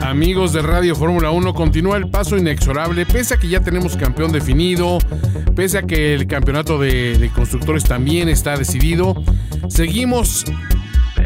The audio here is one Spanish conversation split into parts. Amigos de Radio Fórmula 1, continúa el paso inexorable, pese a que ya tenemos campeón definido, pese a que el campeonato de, de constructores también está decidido, seguimos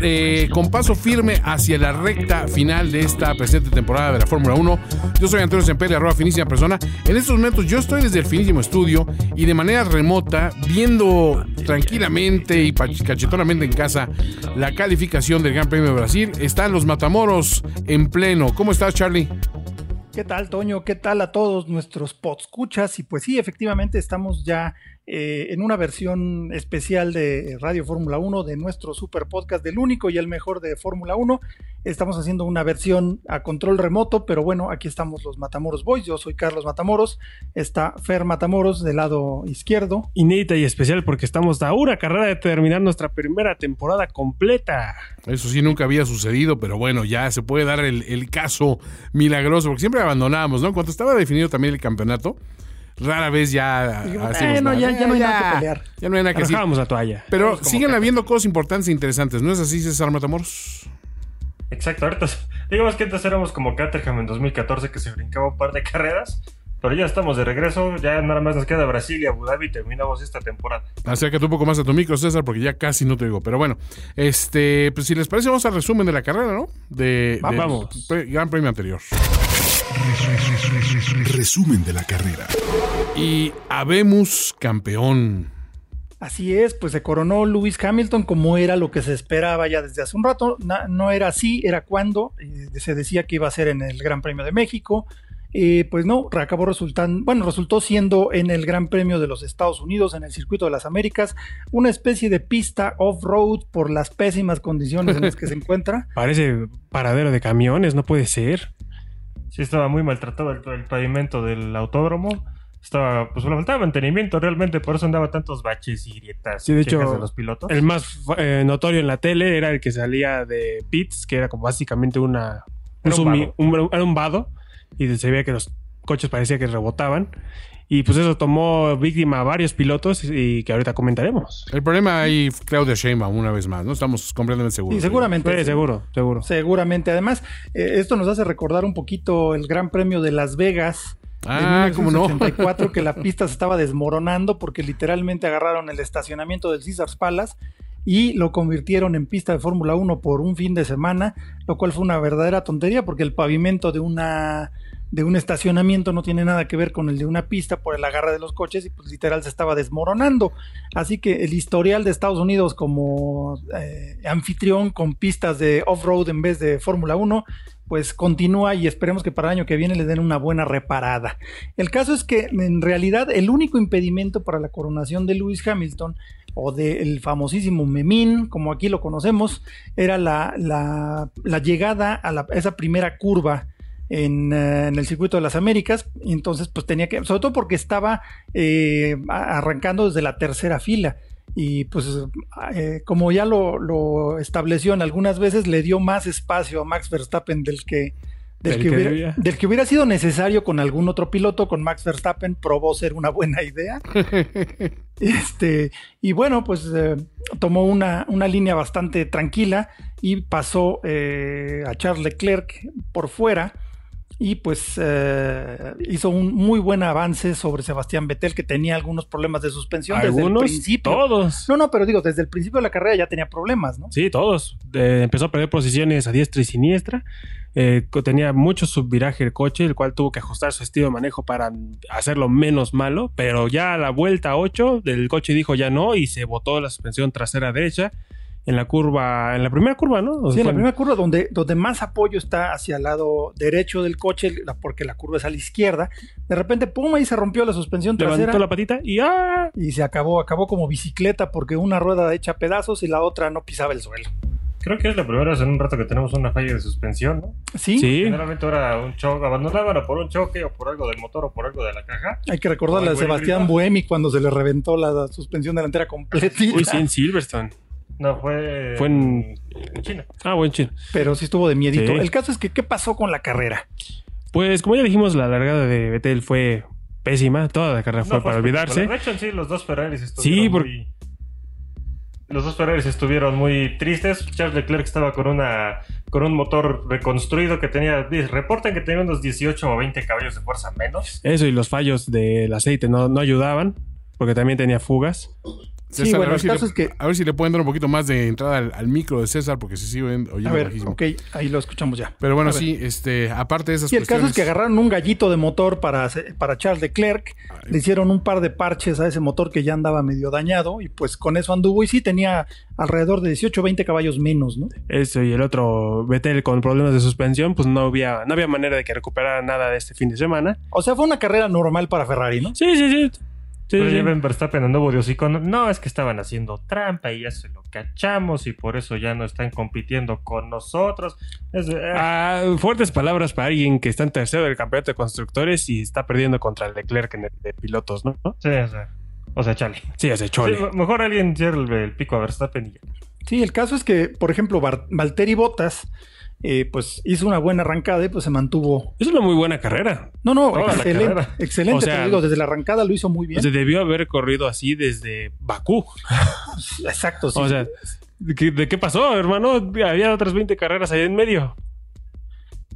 eh, con paso firme hacia la recta final de esta presente temporada de la Fórmula 1. Yo soy Antonio Semperi, arroba finísima persona. En estos momentos yo estoy desde el finísimo estudio y de manera remota, viendo tranquilamente y pach- cachetonamente en casa la calificación del Gran Premio de Brasil. Están los Matamoros en pleno. ¿Cómo estás, Charlie? ¿Qué tal, Toño? ¿Qué tal a todos nuestros podscuchas? Y pues sí, efectivamente estamos ya eh, en una versión especial de Radio Fórmula 1, de nuestro super podcast, del único y el mejor de Fórmula 1. Estamos haciendo una versión a control remoto, pero bueno, aquí estamos los Matamoros Boys. Yo soy Carlos Matamoros, está Fer Matamoros del lado izquierdo. inédita y especial porque estamos a una carrera de terminar nuestra primera temporada completa. Eso sí, nunca había sucedido, pero bueno, ya se puede dar el, el caso milagroso, porque siempre abandonábamos, ¿no? Cuando estaba definido también el campeonato, rara vez ya Dijimos, hacíamos "Bueno, nada. ya- ya eh, no hay nada que pelear". Ya no hay nada que decir. Arrojábamos la toalla. Pero siguen habiendo cosas importantes e interesantes, ¿no es así, César Matamoros? Exacto, ahorita digamos que antes éramos como Caterham en 2014 que se brincaba un par de carreras, pero ya estamos de regreso, ya nada más nos queda Brasil y Abu Dhabi y terminamos esta temporada. Acércate un poco más a tu micro, César, porque ya casi no te digo. Pero bueno, este, pues si les parece, vamos al resumen de la carrera, ¿no? De, del Vamos. pre- gran premio anterior. Resumen de la carrera. Y habemos campeón. Así es, pues se coronó Lewis Hamilton como era lo que se esperaba ya desde hace un rato. Na- no era así, era cuando eh, se decía que iba a ser en el Gran Premio de México. Eh, pues no, acabó resultando, bueno, resultó siendo en el Gran Premio de los Estados Unidos, en el Circuito de las Américas, una especie de pista off-road por las pésimas condiciones en las que se encuentra. Parece paradero de camiones, no puede ser. Sí estaba muy maltratado el, el pavimento del autódromo, estaba, pues le faltaba mantenimiento realmente, por eso andaba tantos baches y grietas Sí, de checas hecho, de los pilotos. El más eh, notorio en la tele era el que salía de pits, que era como básicamente una un Era un sumi- vado. un- era un vado y se veía que los coches parecía que rebotaban y pues eso tomó víctima a varios pilotos y que ahorita comentaremos. El problema ahí, Claudia Sheinbaum, una vez más, ¿no? Estamos completamente seguros. Y seguramente. Sí, Eh, seguro, seguro. Seguramente. Además, eh, esto nos hace recordar un poquito el Gran Premio de Las Vegas. de Ah, cómo no. 1984, que la pista se estaba desmoronando porque literalmente agarraron el estacionamiento del Caesars Palace y lo convirtieron en pista de Fórmula 1 por un fin de semana, lo cual fue una verdadera tontería porque el pavimento de una de un estacionamiento no tiene nada que ver con el de una pista por el agarre de los coches y pues literal se estaba desmoronando. Así que el historial de Estados Unidos como eh, anfitrión con pistas de off-road en vez de Fórmula 1 pues continúa y esperemos que para el año que viene le den una buena reparada. El caso es que en realidad el único impedimento para la coronación de Lewis Hamilton o del famosísimo Memín, como aquí lo conocemos, era la, la- la llegada a la- esa primera curva en, eh, en el circuito de las Américas. Y entonces, pues tenía que, sobre todo porque estaba eh, a- arrancando desde la tercera fila. Y pues, eh, como ya lo, lo estableció en algunas veces, le dio más espacio a Max Verstappen del que, del Del que que hubiera- debía. del que hubiera sido necesario con algún otro piloto, con Max Verstappen, probó ser una buena idea. Este, y bueno, pues eh, tomó una, una línea bastante tranquila y pasó eh, a Charles Leclerc por fuera y pues eh, hizo un muy buen avance sobre Sebastián Vettel que tenía algunos problemas de suspensión desde Algunos, el principio. todos. No, no, pero digo, desde el principio de la carrera ya tenía problemas, ¿no? Sí, todos. Eh, empezó a perder posiciones a diestra y siniestra. Eh, co- tenía mucho subviraje el coche, el cual tuvo que ajustar su estilo de manejo para hacerlo menos malo. Pero ya a la vuelta 8, el coche dijo ya no y se botó la suspensión trasera derecha en la curva, en la primera curva, ¿no? O Sí, sea, en la fue- primera curva donde, donde más apoyo está hacia el lado derecho del coche, la- porque la curva es a la izquierda, de repente, pum, ahí se rompió la suspensión trasera Levantó la patita y ¡ah! y se acabó, acabó como bicicleta porque una rueda hecha a pedazos y la otra no pisaba el suelo. Creo que es la primera vez en un rato que tenemos una falla de suspensión, ¿no? Sí, Sí, Generalmente ahora un choque, abandonaban por un choque o por algo del motor o por algo de la caja. hay que recordar la de Ay, güey, Sebastián grita. Buemi cuando se le reventó la suspensión delantera completita. uy, sí, en Silverstone. No, fue, Fue en- en China. Ah, buen chido. Pero sí estuvo de miedito. Sí. El caso es que, ¿qué pasó con la carrera? Pues como ya dijimos, la largada de Vettel fue pésima. Toda la carrera fue No, para olvidarse. espectacular. De hecho, sí, los dos Ferraris estuvieron. Sí, por- muy- Los dos Ferraris estuvieron muy tristes. Charles Leclerc estaba con una con un motor reconstruido que tenía. dice, Reportan que tenía unos 18 o 20 caballos de fuerza menos. Eso y los fallos del aceite no, no ayudaban, porque también tenía fugas. Sí, César, a, ver bueno, el si caso le, es que- a ver si le pueden dar un poquito más de entrada al, al micro de César, porque se sigue oyendo A oyendo ver, bajísimo. ok, ahí lo escuchamos Pues, ya. Pero bueno, A ver. sí, este, aparte de esas Y el caso cuestiones. es que agarraron un gallito de motor para, para Charles Leclerc, le hicieron un par de parches a ese motor que ya andaba medio dañado y pues con eso anduvo y sí tenía alrededor de 18 20 caballos menos, ¿no? Eso y el otro Vettel con problemas de suspensión, pues no había, no había manera de que recuperara nada de este fin de semana. O sea, fue una carrera normal para Ferrari, ¿no? Sí, sí, sí. Sí, Pero sí. ya ven, Verstappen anduvo de hocico, No, no, es que estaban haciendo trampa y ya se lo cachamos y por eso ya no están compitiendo con nosotros. Es de, ah, Ah, fuertes palabras para alguien que está en tercero del campeonato de constructores y está perdiendo contra el Leclerc en el de pilotos, ¿no? sí, o sea, o sea, chale. Sí, ese Sí, chole. me- mejor alguien cierre el, el pico a Verstappen y ya. Sí, el caso es que, por ejemplo, Bar- Valtteri Bottas eh, pues hizo una buena arrancada y pues se mantuvo. es una muy buena carrera. No, no, Toda la excelente, carrera. excelente, O sea, Pues, te digo, desde la arrancada lo hizo muy bien. O sea, debió haber corrido así desde Bakú. Pues, Exacto, sí. O sea, ¿de qué, de qué pasó, hermano? Había otras 20 carreras ahí en medio.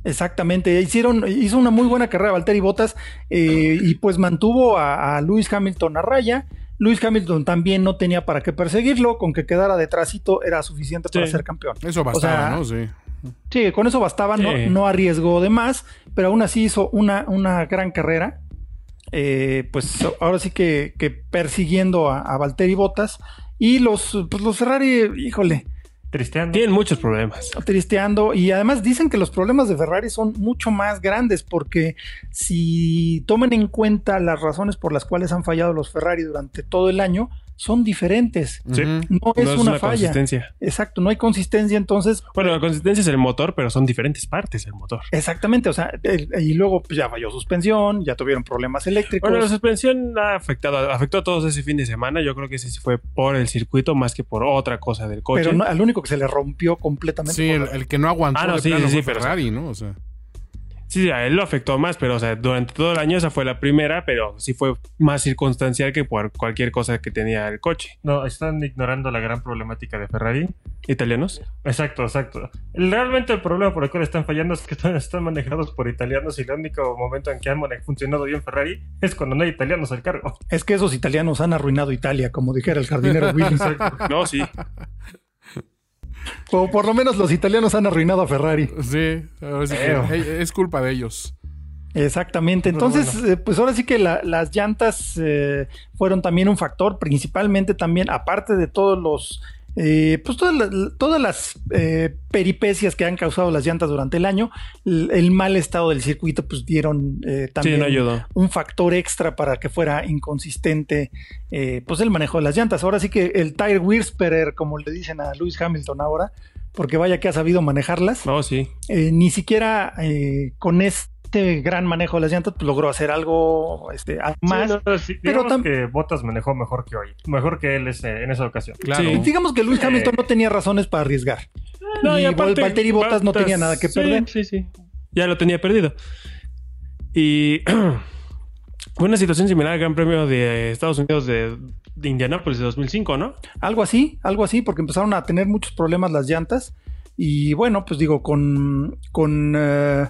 Exactamente, hicieron, hizo una muy buena carrera Valtteri Bottas eh, y pues mantuvo a, a Lewis Hamilton a raya. Lewis Hamilton también no tenía para qué perseguirlo, con que quedara detrásito era suficiente para Sí. ser campeón. Eso bastaba, o sea, ¿no? Sí. Sí, con eso bastaba, no, Sí. no arriesgó de más, pero aún así hizo una, una gran carrera. Eh, pues ahora sí que, que persiguiendo a, a Valtteri Bottas y los, pues los Ferrari, híjole, Tristeando. Tienen muchos problemas. tristeando y además dicen que los problemas de Ferrari son mucho más grandes porque si tomen en cuenta las razones por las cuales han fallado los Ferrari durante todo el año, son diferentes. Sí. Ujú. No es No una, falla. consistencia. Exacto, no hay consistencia entonces. Bueno, la consistencia es el motor, pero son diferentes partes del motor. Exactamente, o sea, el- y luego pues, ya falló suspensión, ya tuvieron problemas eléctricos. Bueno, la suspensión ha afectado, afectó a todos ese fin de semana. Yo creo que ese sí fue por el circuito más que por otra cosa del coche. pero no- al único que se le rompió completamente. Sí, el, fue- el que no aguantó Ah, no, de sí, plano sí, fue sí, pero- Ferrari, ¿no? O sea, Sí, sí, a él lo afectó más, pero o sea, durante todo el año esa fue la primera, pero sí fue más circunstancial que por cualquier cosa que tenía el coche. No, están ignorando la gran problemática de Ferrari. ¿Italianos? Exacto, exacto. El- Realmente el problema por el cual están fallando es que todos están manejados por italianos y el único momento en que han mane- funcionado bien Ferrari es cuando no hay italianos al cargo. Es que esos italianos han arruinado Italia, como dijera el jardinero Williams. No, sí. o por lo menos los italianos han arruinado a Ferrari. sí, ahora sí que- Pero- eh, es culpa de ellos. Exactamente. Pero Entonces, eh, pues ahora sí que la- las llantas eh, fueron también un factor, principalmente también, aparte de todos los, eh, pues todas, la- todas las eh, peripecias que han causado las llantas durante el año, l- el, mal estado del circuito, pues dieron eh, Sí, también no ayudó. un factor extra para que fuera inconsistente, eh, pues el manejo de las llantas. Ahora sí que el tire whisperer, como le dicen a Lewis Hamilton ahora, porque vaya que ha sabido manejarlas No, sí. eh, ni siquiera eh, con este gran manejo de las llantas pues, logró hacer algo este, algo más. Sí, no, sí, pero digamos tam- que Bottas manejó mejor que hoy, mejor que él ese- en esa ocasión. Claro. Sí. Digamos que Luis Hamilton no tenía razones para arriesgar. y Vol- Valtteri Bottas no tenía nada que sí, perder. Sí, sí. Ya lo tenía perdido. Y fue una situación similar al Gran Premio de Estados Unidos de, de Indianápolis de 2005, ¿no? Algo así, algo así, porque empezaron a tener muchos problemas las llantas. Y bueno, pues digo, con. con eh,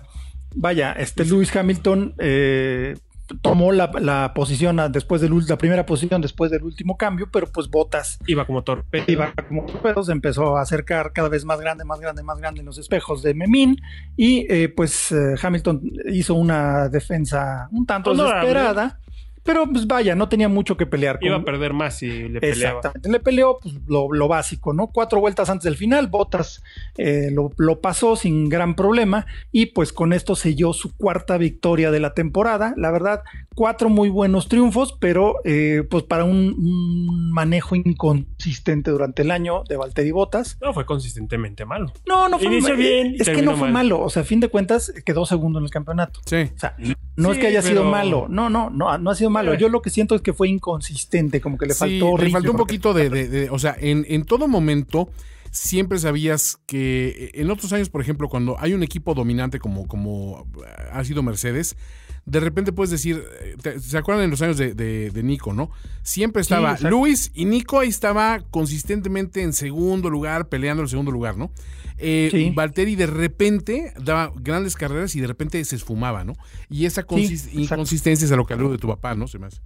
vaya, este Lewis Hamilton eh, tomó la, la posición a- después del ul- la primera posición después del último cambio, pero pues botas Iba como torpedo. iba como pedos, empezó a acercar cada vez más grande, más grande, más grande en los espejos de Memín y eh, pues eh, Hamilton hizo una defensa un tanto Honorable. desesperada, Pero pues vaya, no tenía mucho que pelear. Iba a perder más si le peleaba. Exactamente. Le peleó pues, lo, lo básico, ¿no? Cuatro vueltas antes del final, Bottas eh, lo, lo pasó sin gran problema y pues con esto selló su cuarta victoria de la temporada. La verdad, cuatro muy buenos triunfos, pero eh, pues para un, un manejo inconsistente durante el año de Valtteri Bottas. No, fue consistentemente malo. No, no fue Inició eh, bien y Es que terminó no fue mal. malo. O sea, a fin de cuentas quedó segundo en el campeonato. Sí. O sea, no es Sí, que haya sido pero- Eh. malo. No, no, no, no ha sido malo. Yo lo que siento es que fue inconsistente, como que le Sí, faltó le ritmo. faltó un poquito de, de- de- o sea, en, en todo momento siempre sabías que eh, en otros años, por ejemplo, cuando hay un equipo dominante como, como eh, ha sido Mercedes, de repente puedes decir, eh, te- ¿se acuerdan en los años de, de- de Nico, no? Siempre estaba exacto. Luis y Nico ahí estaba consistentemente en segundo lugar, peleando en segundo lugar, ¿no? Eh, Sí. Valtteri de repente daba grandes carreras y de repente se esfumaba, ¿no? Y esa consist- exacto. inconsistencia es a lo que alude tu papá, ¿no? Se me hace.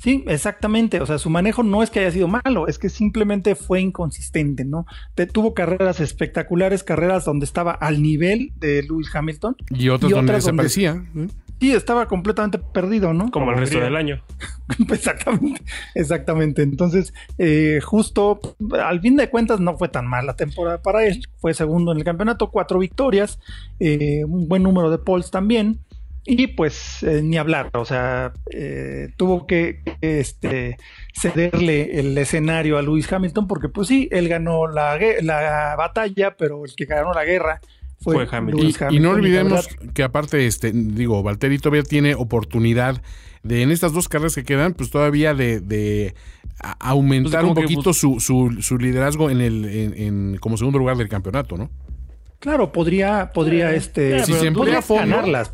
Sí, exactamente. O sea, su manejo no es que haya sido malo, es que simplemente fue inconsistente, ¿no? Te- tuvo carreras espectaculares, carreras donde estaba al nivel de Lewis Hamilton. Y otras Y donde otras donde- desaparecía. ¿eh? Sí, estaba completamente perdido, ¿no? Como el resto Hungría. del año. Pues, exactamente, exactamente. Entonces, eh, justo al fin de cuentas no fue tan mala temporada para él. Fue segundo en el campeonato, cuatro victorias, eh, un buen número de polls también. Y pues eh, ni hablar, o sea, eh, tuvo que este, cederle el escenario a Lewis Hamilton porque pues sí, él ganó la, gue- la batalla, pero el que ganó la guerra fue, Fue Hamilton. Hamilton. Y, Lewis y Hamilton. no la olvidemos verdad, que aparte, este, digo, Valtteri todavía tiene oportunidad de en estas dos carreras que quedan, pues todavía de, de a- aumentar Pues, un como que poquito su, su- su liderazgo en el en, en- como segundo lugar del campeonato, ¿no? claro, podría, podría Eh, este, eh, Si se emplea podría a fondo, ganarlas.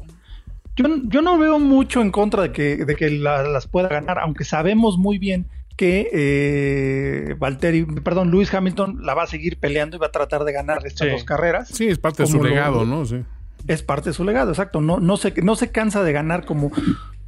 Yo, yo no veo mucho en contra de que, de que la- las pueda ganar, aunque sabemos muy bien que eh, Valtteri, perdón, Lewis Hamilton la va a seguir peleando y va a tratar de ganar estas Sí. dos carreras. sí, es parte de su como lo- legado, ¿no? Sí. Es parte de su legado, exacto. No, no, se, no se cansa de ganar como,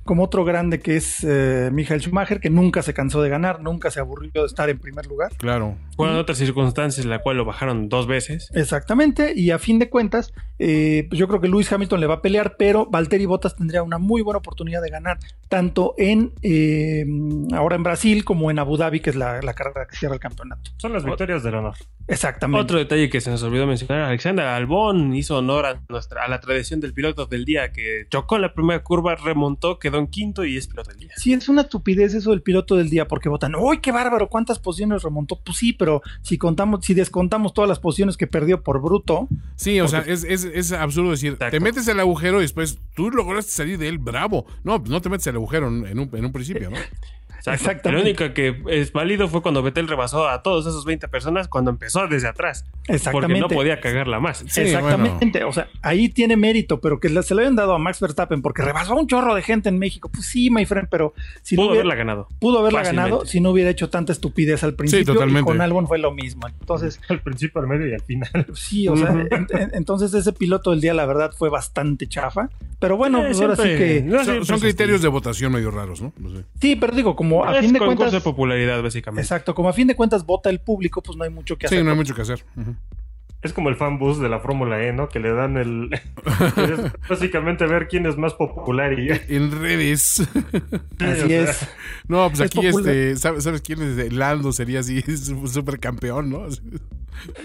como otro grande que es eh, Michael Schumacher, que nunca se cansó de ganar, nunca se aburrió de estar en primer lugar. Claro. Fueron otras circunstancias en la cual lo bajaron dos veces. Exactamente, y a fin de cuentas, eh, pues yo creo que Lewis Hamilton le va a pelear, pero Valtteri Bottas tendría una muy buena oportunidad de ganar, tanto en eh, ahora en Brasil como en Abu Dhabi, que es la, la carrera que cierra el campeonato. Son las victorias del honor. Exactamente. Otro detalle que se nos olvidó mencionar, Alexander Albón hizo honor a, nuestra, a la tradición del piloto del día, que chocó en la primera curva, remontó, quedó en quinto y es piloto del día. Sí, es una estupidez eso del piloto del día, porque votan, ¡Uy, qué bárbaro! ¿Cuántas posiciones remontó? Pues sí, pero si contamos, si descontamos todas las posiciones que perdió por bruto, Sí, o sea, es, es- es absurdo decir, Exacto. te metes al agujero y después tú lograste salir de él, bravo. No, no te metes al agujero en en un, en un principio, ¿no? Exacto. Lo Exactamente. único que es válido fue cuando Betel rebasó a todos esos 20 personas cuando empezó desde atrás. Porque exactamente. no podía cagarla más. Sí, Exactamente, o sea, ahí tiene mérito, pero que la- se lo hayan dado a Max Verstappen porque rebasó a un chorro de gente en México. Pues sí, my friend, pero si no Pudo hubiera- haberla ganado. pudo haberla Fácilmente. ganado si no hubiera hecho tanta estupidez al principio. totalmente. Y con Albon fue lo mismo. Entonces, Al principio, al medio y al final. sí, o sea, en- en- entonces ese piloto del día, la verdad, fue bastante chafa. Pero bueno, Eh, pues ahora sí siempre- que. no Son, siempre son es criterios de votación medio raros, ¿no? No sé. Sí, pero digo, como así. a Es fin de concurso cuentas. de popularidad, básicamente. Exacto, como a fin de cuentas vota el público, pues no hay mucho que hacer. Sí, no hay mucho que hacer. Ujú. Es como el fanbus de la Fórmula E, ¿no? Que le dan el. es básicamente ver quién es más popular y. En redes. Así es. No, pues Es aquí popular. este, ¿sabes, sabes quién es? El Lando sería así, súper campeón, ¿no?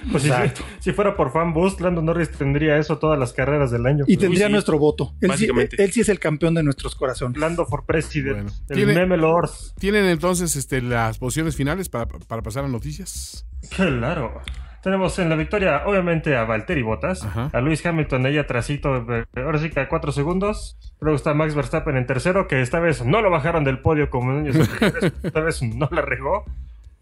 Pues si, Exacto. si fuera por fanbus, Lando Norris tendría eso todas las carreras del año. Y Pues, tendría sí. nuestro voto. Él sí, Básicamente. él sí es el campeón de nuestros corazones. Lando for President. Bueno. El Tiene- meme Lords. ¿Tienen entonces este, las posiciones finales para, para pasar a noticias? Claro. Tenemos en la victoria, obviamente, a Valtteri Bottas, Ajá. a Luis Hamilton ahí atrasito, eh, ahora sí que a cuatro segundos. Luego está Max Verstappen en tercero, que esta vez no lo bajaron del podio como en años anteriores, esta vez no la regó.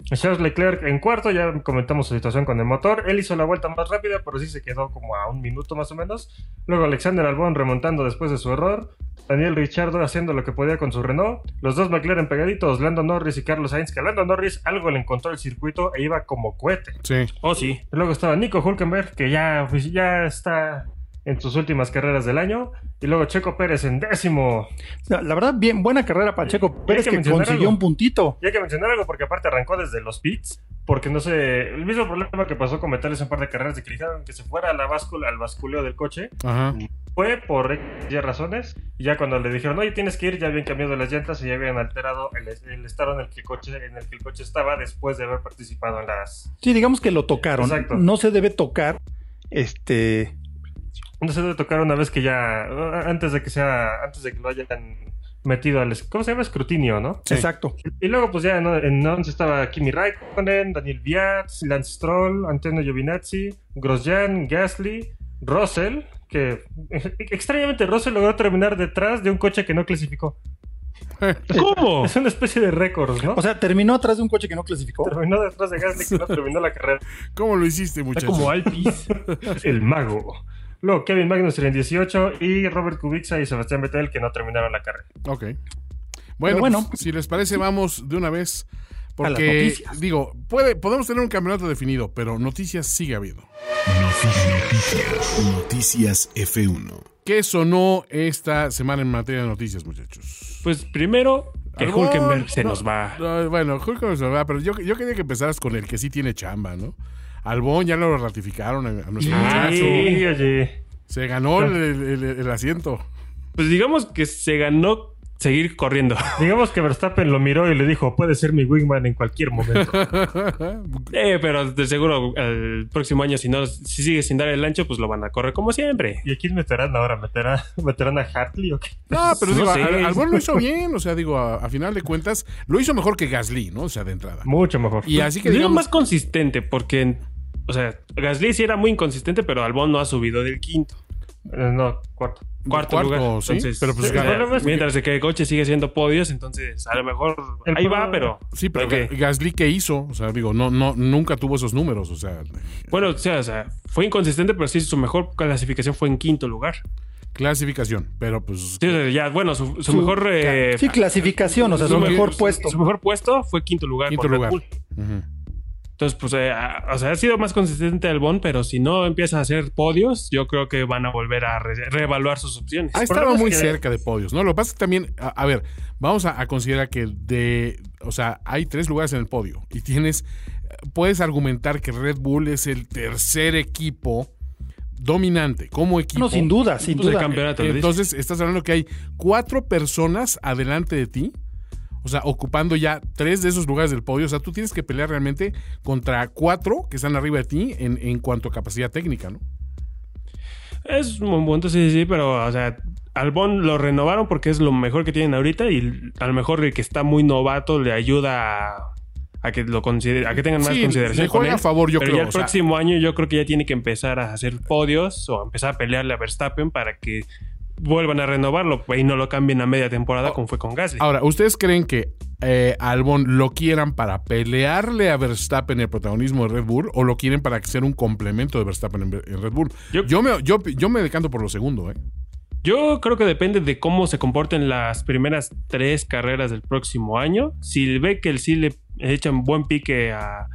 Charles Leclerc en cuarto, ya comentamos su situación con el motor. Él hizo la vuelta más rápida, pero sí se quedó como a un minuto más o menos. Luego Alexander Albon remontando después de su error. Daniel Richardo haciendo lo que podía con su Renault. Los dos McLaren pegaditos, Lando Norris y Carlos Sainz, que a Lando Norris algo le encontró el circuito e iba como cohete. Sí. Oh, sí. Y Luego estaba Nico Hulkenberg, que ya, pues, ya está en sus últimas carreras del año. Y luego Checo Pérez en décimo. La, la verdad, bien, buena carrera para Checo Pérez que que mencionar consiguió algo. un puntito. Y hay que mencionar algo porque aparte arrancó desde los pits. porque no sé, el mismo problema que pasó con Metal hace un par de carreras de que le dijeron que se fuera a la báscula, al basculeo del coche, Ajá. fue por X razones, y ya cuando le dijeron, oye, tienes que ir, ya habían cambiado las llantas y ya habían alterado el, el estado en el, que el coche, en el que el coche estaba después de haber participado en las... Sí, digamos que lo tocaron. Exacto. No se debe tocar. Este. No se debe tocar una vez que ya, antes de que sea, antes de que lo hayan metido al... ¿Cómo se llama? Escrutinio, ¿no? Exacto. Y luego, pues ya ¿no? en once estaba Kimi Raikkonen, Daniel Viat, Lance Stroll, Antonio Giovinazzi, Grosjean, Gasly, Russell, que extrañamente Russell logró terminar detrás de un coche que no clasificó. ¿Cómo? Es una especie de récord, ¿no? O sea, terminó atrás de un coche que no clasificó. terminó detrás de Gasly que no terminó la carrera. ¿Cómo lo hiciste, Está muchachos? como Alpis. El mago. Luego Kevin Magnussen en 18 y Robert Kubica y Sebastián Vettel que no terminaron la carrera. Ok. Bueno, Pero bueno. pues, si les parece, vamos de una vez. las Porque, noticias. digo, puede, podemos tener un campeonato definido, pero noticias sigue habiendo. Noticias. Noticias F1. ¿Qué sonó esta semana en materia de noticias, muchachos? Pues primero, que Algo- Hulkenberg se no, nos va. no, bueno, Hulkenberg se nos va, pero yo, yo quería que empezaras con el que sí tiene chamba, ¿no? Albón ya lo ratificaron a, a nuestro Ah, muchacho. sí. oye. Se ganó el, el- el- el asiento. Pues digamos que se ganó seguir corriendo. Digamos que Verstappen lo miró y le dijo, puede ser mi wingman en cualquier momento. Eh, pero de seguro el próximo año, si no, si sigue sin dar el ancho, pues lo van a correr como siempre. ¿Y a quién meterán ahora? ¿Meterán, meterán a Hartley o qué? No, pero No digo, sé. Al- Albon lo hizo bien, o sea, digo, a, a final de cuentas, lo hizo mejor que Gasly, ¿no? O sea, de entrada. Mucho mejor. Y así que Yo digo digamos, más consistente, porque, o sea, Gasly sí era muy inconsistente, pero Albon no ha subido del quinto. Eh, no, cuarto. Cuarto, Cuarto, lugar. sí, Entonces, pero pues o sea, el problema es que- mientras que el coche sigue siendo podios, entonces a lo mejor El ahí problema- va, pero. Sí, pero creo Ga- que- Gasly que hizo, o sea, digo, no, no, nunca tuvo esos números, o sea, Bueno, o sea, o sea, fue inconsistente, pero sí su mejor clasificación fue en quinto lugar. clasificación, pero pues Sí, o sea, ya, bueno, su, su Su- mejor. eh, Sí, clasificación, o sea, su su- mejor su- puesto. Su mejor puesto fue quinto lugar. quinto por Red lugar. Bull. Ujú. Entonces, pues, eh, a- o sea, ha sido más consistente Albon, pero si no empieza a hacer podios, yo creo que van a volver a re- reevaluar sus opciones. Ha estado problema es Ah, muy que- cerca de podios, ¿no? Lo que pasa es que también, a, a ver, vamos a, a considerar que de, o sea, hay tres lugares en el podio y tienes, puedes argumentar que Red Bull es el tercer equipo dominante como equipo. No, sin duda, sin Pues, el duda. campeonato. lo dice. Entonces, estás hablando que hay cuatro personas adelante de ti, o sea, ocupando ya tres de esos lugares del podio. O sea, tú tienes que pelear realmente contra cuatro que están arriba de ti en, en cuanto a capacidad técnica, ¿no? Es un buen punto, sí, sí, sí, pero, o sea, Albon lo renovaron porque es lo mejor que tienen ahorita y a lo mejor el que está muy novato le ayuda a, a que lo considere, a que tengan más Sí, consideración. le juega con él. a favor, yo pero creo, Ya el o sea. próximo año yo creo que ya tiene que empezar a hacer podios o a empezar a pelearle a Verstappen para que vuelvan a renovarlo y no lo cambien a media temporada Oh. como fue con Gasly. Ahora, ¿ustedes creen que eh, a Albon lo quieran para pelearle a Verstappen el protagonismo de Red Bull o lo quieren para ser un complemento de Verstappen en, en Red Bull? Yo, Yo- me, yo, yo me decanto por lo segundo, ¿eh? Yo creo que depende de cómo se comporten las primeras tres carreras del próximo año. Si ve que el sí le echan buen pique a,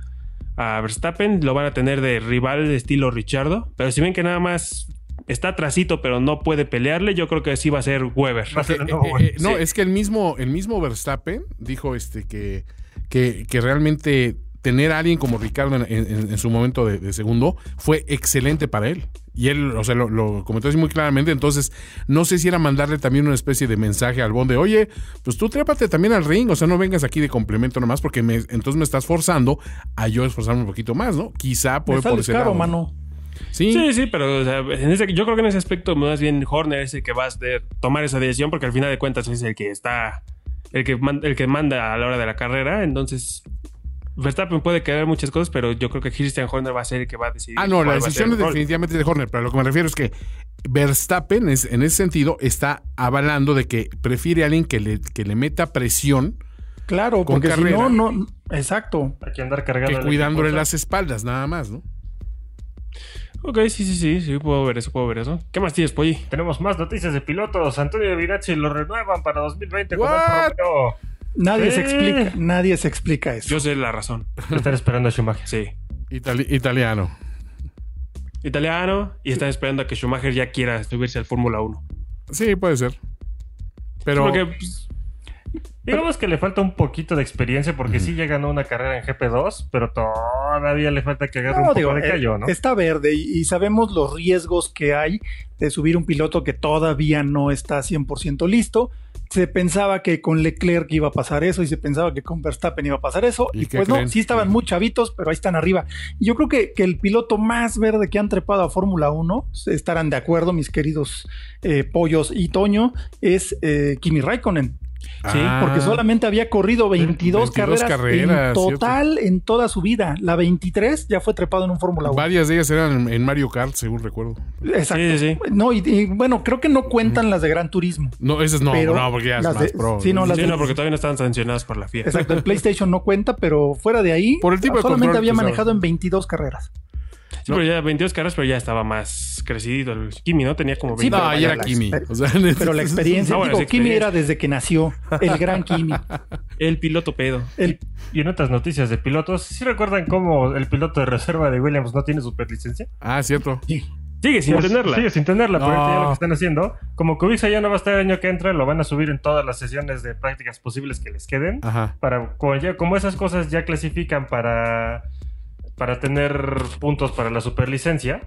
a Verstappen, lo van a tener de rival de estilo Richardo. Pero si ven que nada más está trasito, pero no puede pelearle, yo creo que sí va a ser Weber. Va a ser- Eh, no, eh, bueno. eh, no, es que el mismo, el mismo Verstappen dijo este que, que, que realmente tener a alguien como Ricardo en, en- en su momento de, de segundo fue excelente para él. Y él, o sea, lo, lo comentó así muy claramente. Entonces, no sé si era mandarle también una especie de mensaje al Bond de, oye, pues tú trépate también al ring, o sea, no vengas aquí de complemento nomás, porque me- entonces me estás forzando a yo esforzarme un poquito más, ¿no? Quizá Me por, por sales ese caro, lado. mano. Sí, Sí, sí, pero o sea, en ese- yo creo que en ese aspecto más bien Horner es el que va a de- tomar esa decisión porque al final de cuentas es el que está, el que, man- el que manda a la hora de la carrera. Entonces, Verstappen puede querer muchas cosas, pero yo creo que Christian Horner va a ser el que va a decidir. Ah, no, cuál va la a decisión ser es el rol. definitivamente de Horner, pero lo que me refiero es que Verstappen es, en ese sentido está avalando de que prefiere a alguien que le, que le meta presión Claro, Con porque si carrera. no, no. Exacto. Hay que andar cargando. que el cuidándole equipo, las espaldas, nada más, ¿no? Ok, sí, sí, sí, sí, puedo ver eso, puedo ver eso. ¿Qué más tienes, Polly? Tenemos más noticias de pilotos. Antonio Vinazzi lo renuevan para 2020 What? con Alfa Nadie se Eh. explica, nadie se explica eso. Yo sé la razón. Romeo. Están esperando a Schumacher. Sí. Itali- italiano. Italiano y están esperando a que Schumacher ya quiera subirse al Fórmula 1. Sí, puede ser. Pero Porque, pues, Digamos que le falta un poquito de experiencia porque sí ya ganó una carrera en GP2, pero todavía le falta que agarre un No, poco digo, de eh, callo, ¿no? Está verde y, y sabemos los riesgos que hay de subir un piloto que todavía no está 100% listo. Se pensaba que con Leclerc iba a pasar eso y se pensaba que con Verstappen iba a pasar eso. ¿Y Y, qué pues creen? no, sí estaban muy chavitos, pero ahí están arriba. Y yo creo que, que el piloto más verde que han trepado a Fórmula 1, se estarán de acuerdo mis queridos eh, Pollos y Toño, es eh, Kimi Raikkonen. Sí, ah, Porque solamente había corrido 22 22, carreras, carreras, en total en toda su vida. La 23 ya fue trepado en un Fórmula 1. Varias de ellas eran en Mario Kart, según recuerdo. Exacto. Sí, sí, sí. No, y, y, bueno, creo que no cuentan las de Gran Turismo. No, esas no, Pero no, porque ya es las más de- pro. sí, no, las- Sí, no, porque todavía no estaban sancionadas por la FIA. Exacto, el PlayStation no cuenta, pero fuera de ahí, Por el tipo de solamente control, había pues, manejado ahora. en 22 carreras. Sí, pero ya 22 carreras, pero ya estaba más crecidito el Kimi, ¿no? Tenía como 20. Sí, no, pero ahí era la- Kimi. pero- O sea, Pero la experiencia, No, bueno, digo, es Kimi experiencia. era desde que nació, el gran Kimi. El piloto pedo. El, Y en otras noticias de pilotos, ¿sí recuerdan cómo el piloto de reserva de Williams no tiene superlicencia? Ah, cierto. Sigue sin Pues, tenerla. Sigue sin tenerla, pero No. ahorita ya lo que están haciendo. Como Kubica ya no va a estar el año que entra, lo van a subir en todas las sesiones de prácticas posibles que les queden. Ajá. Para, como, ya- como esas cosas ya clasifican para, para tener puntos para la superlicencia,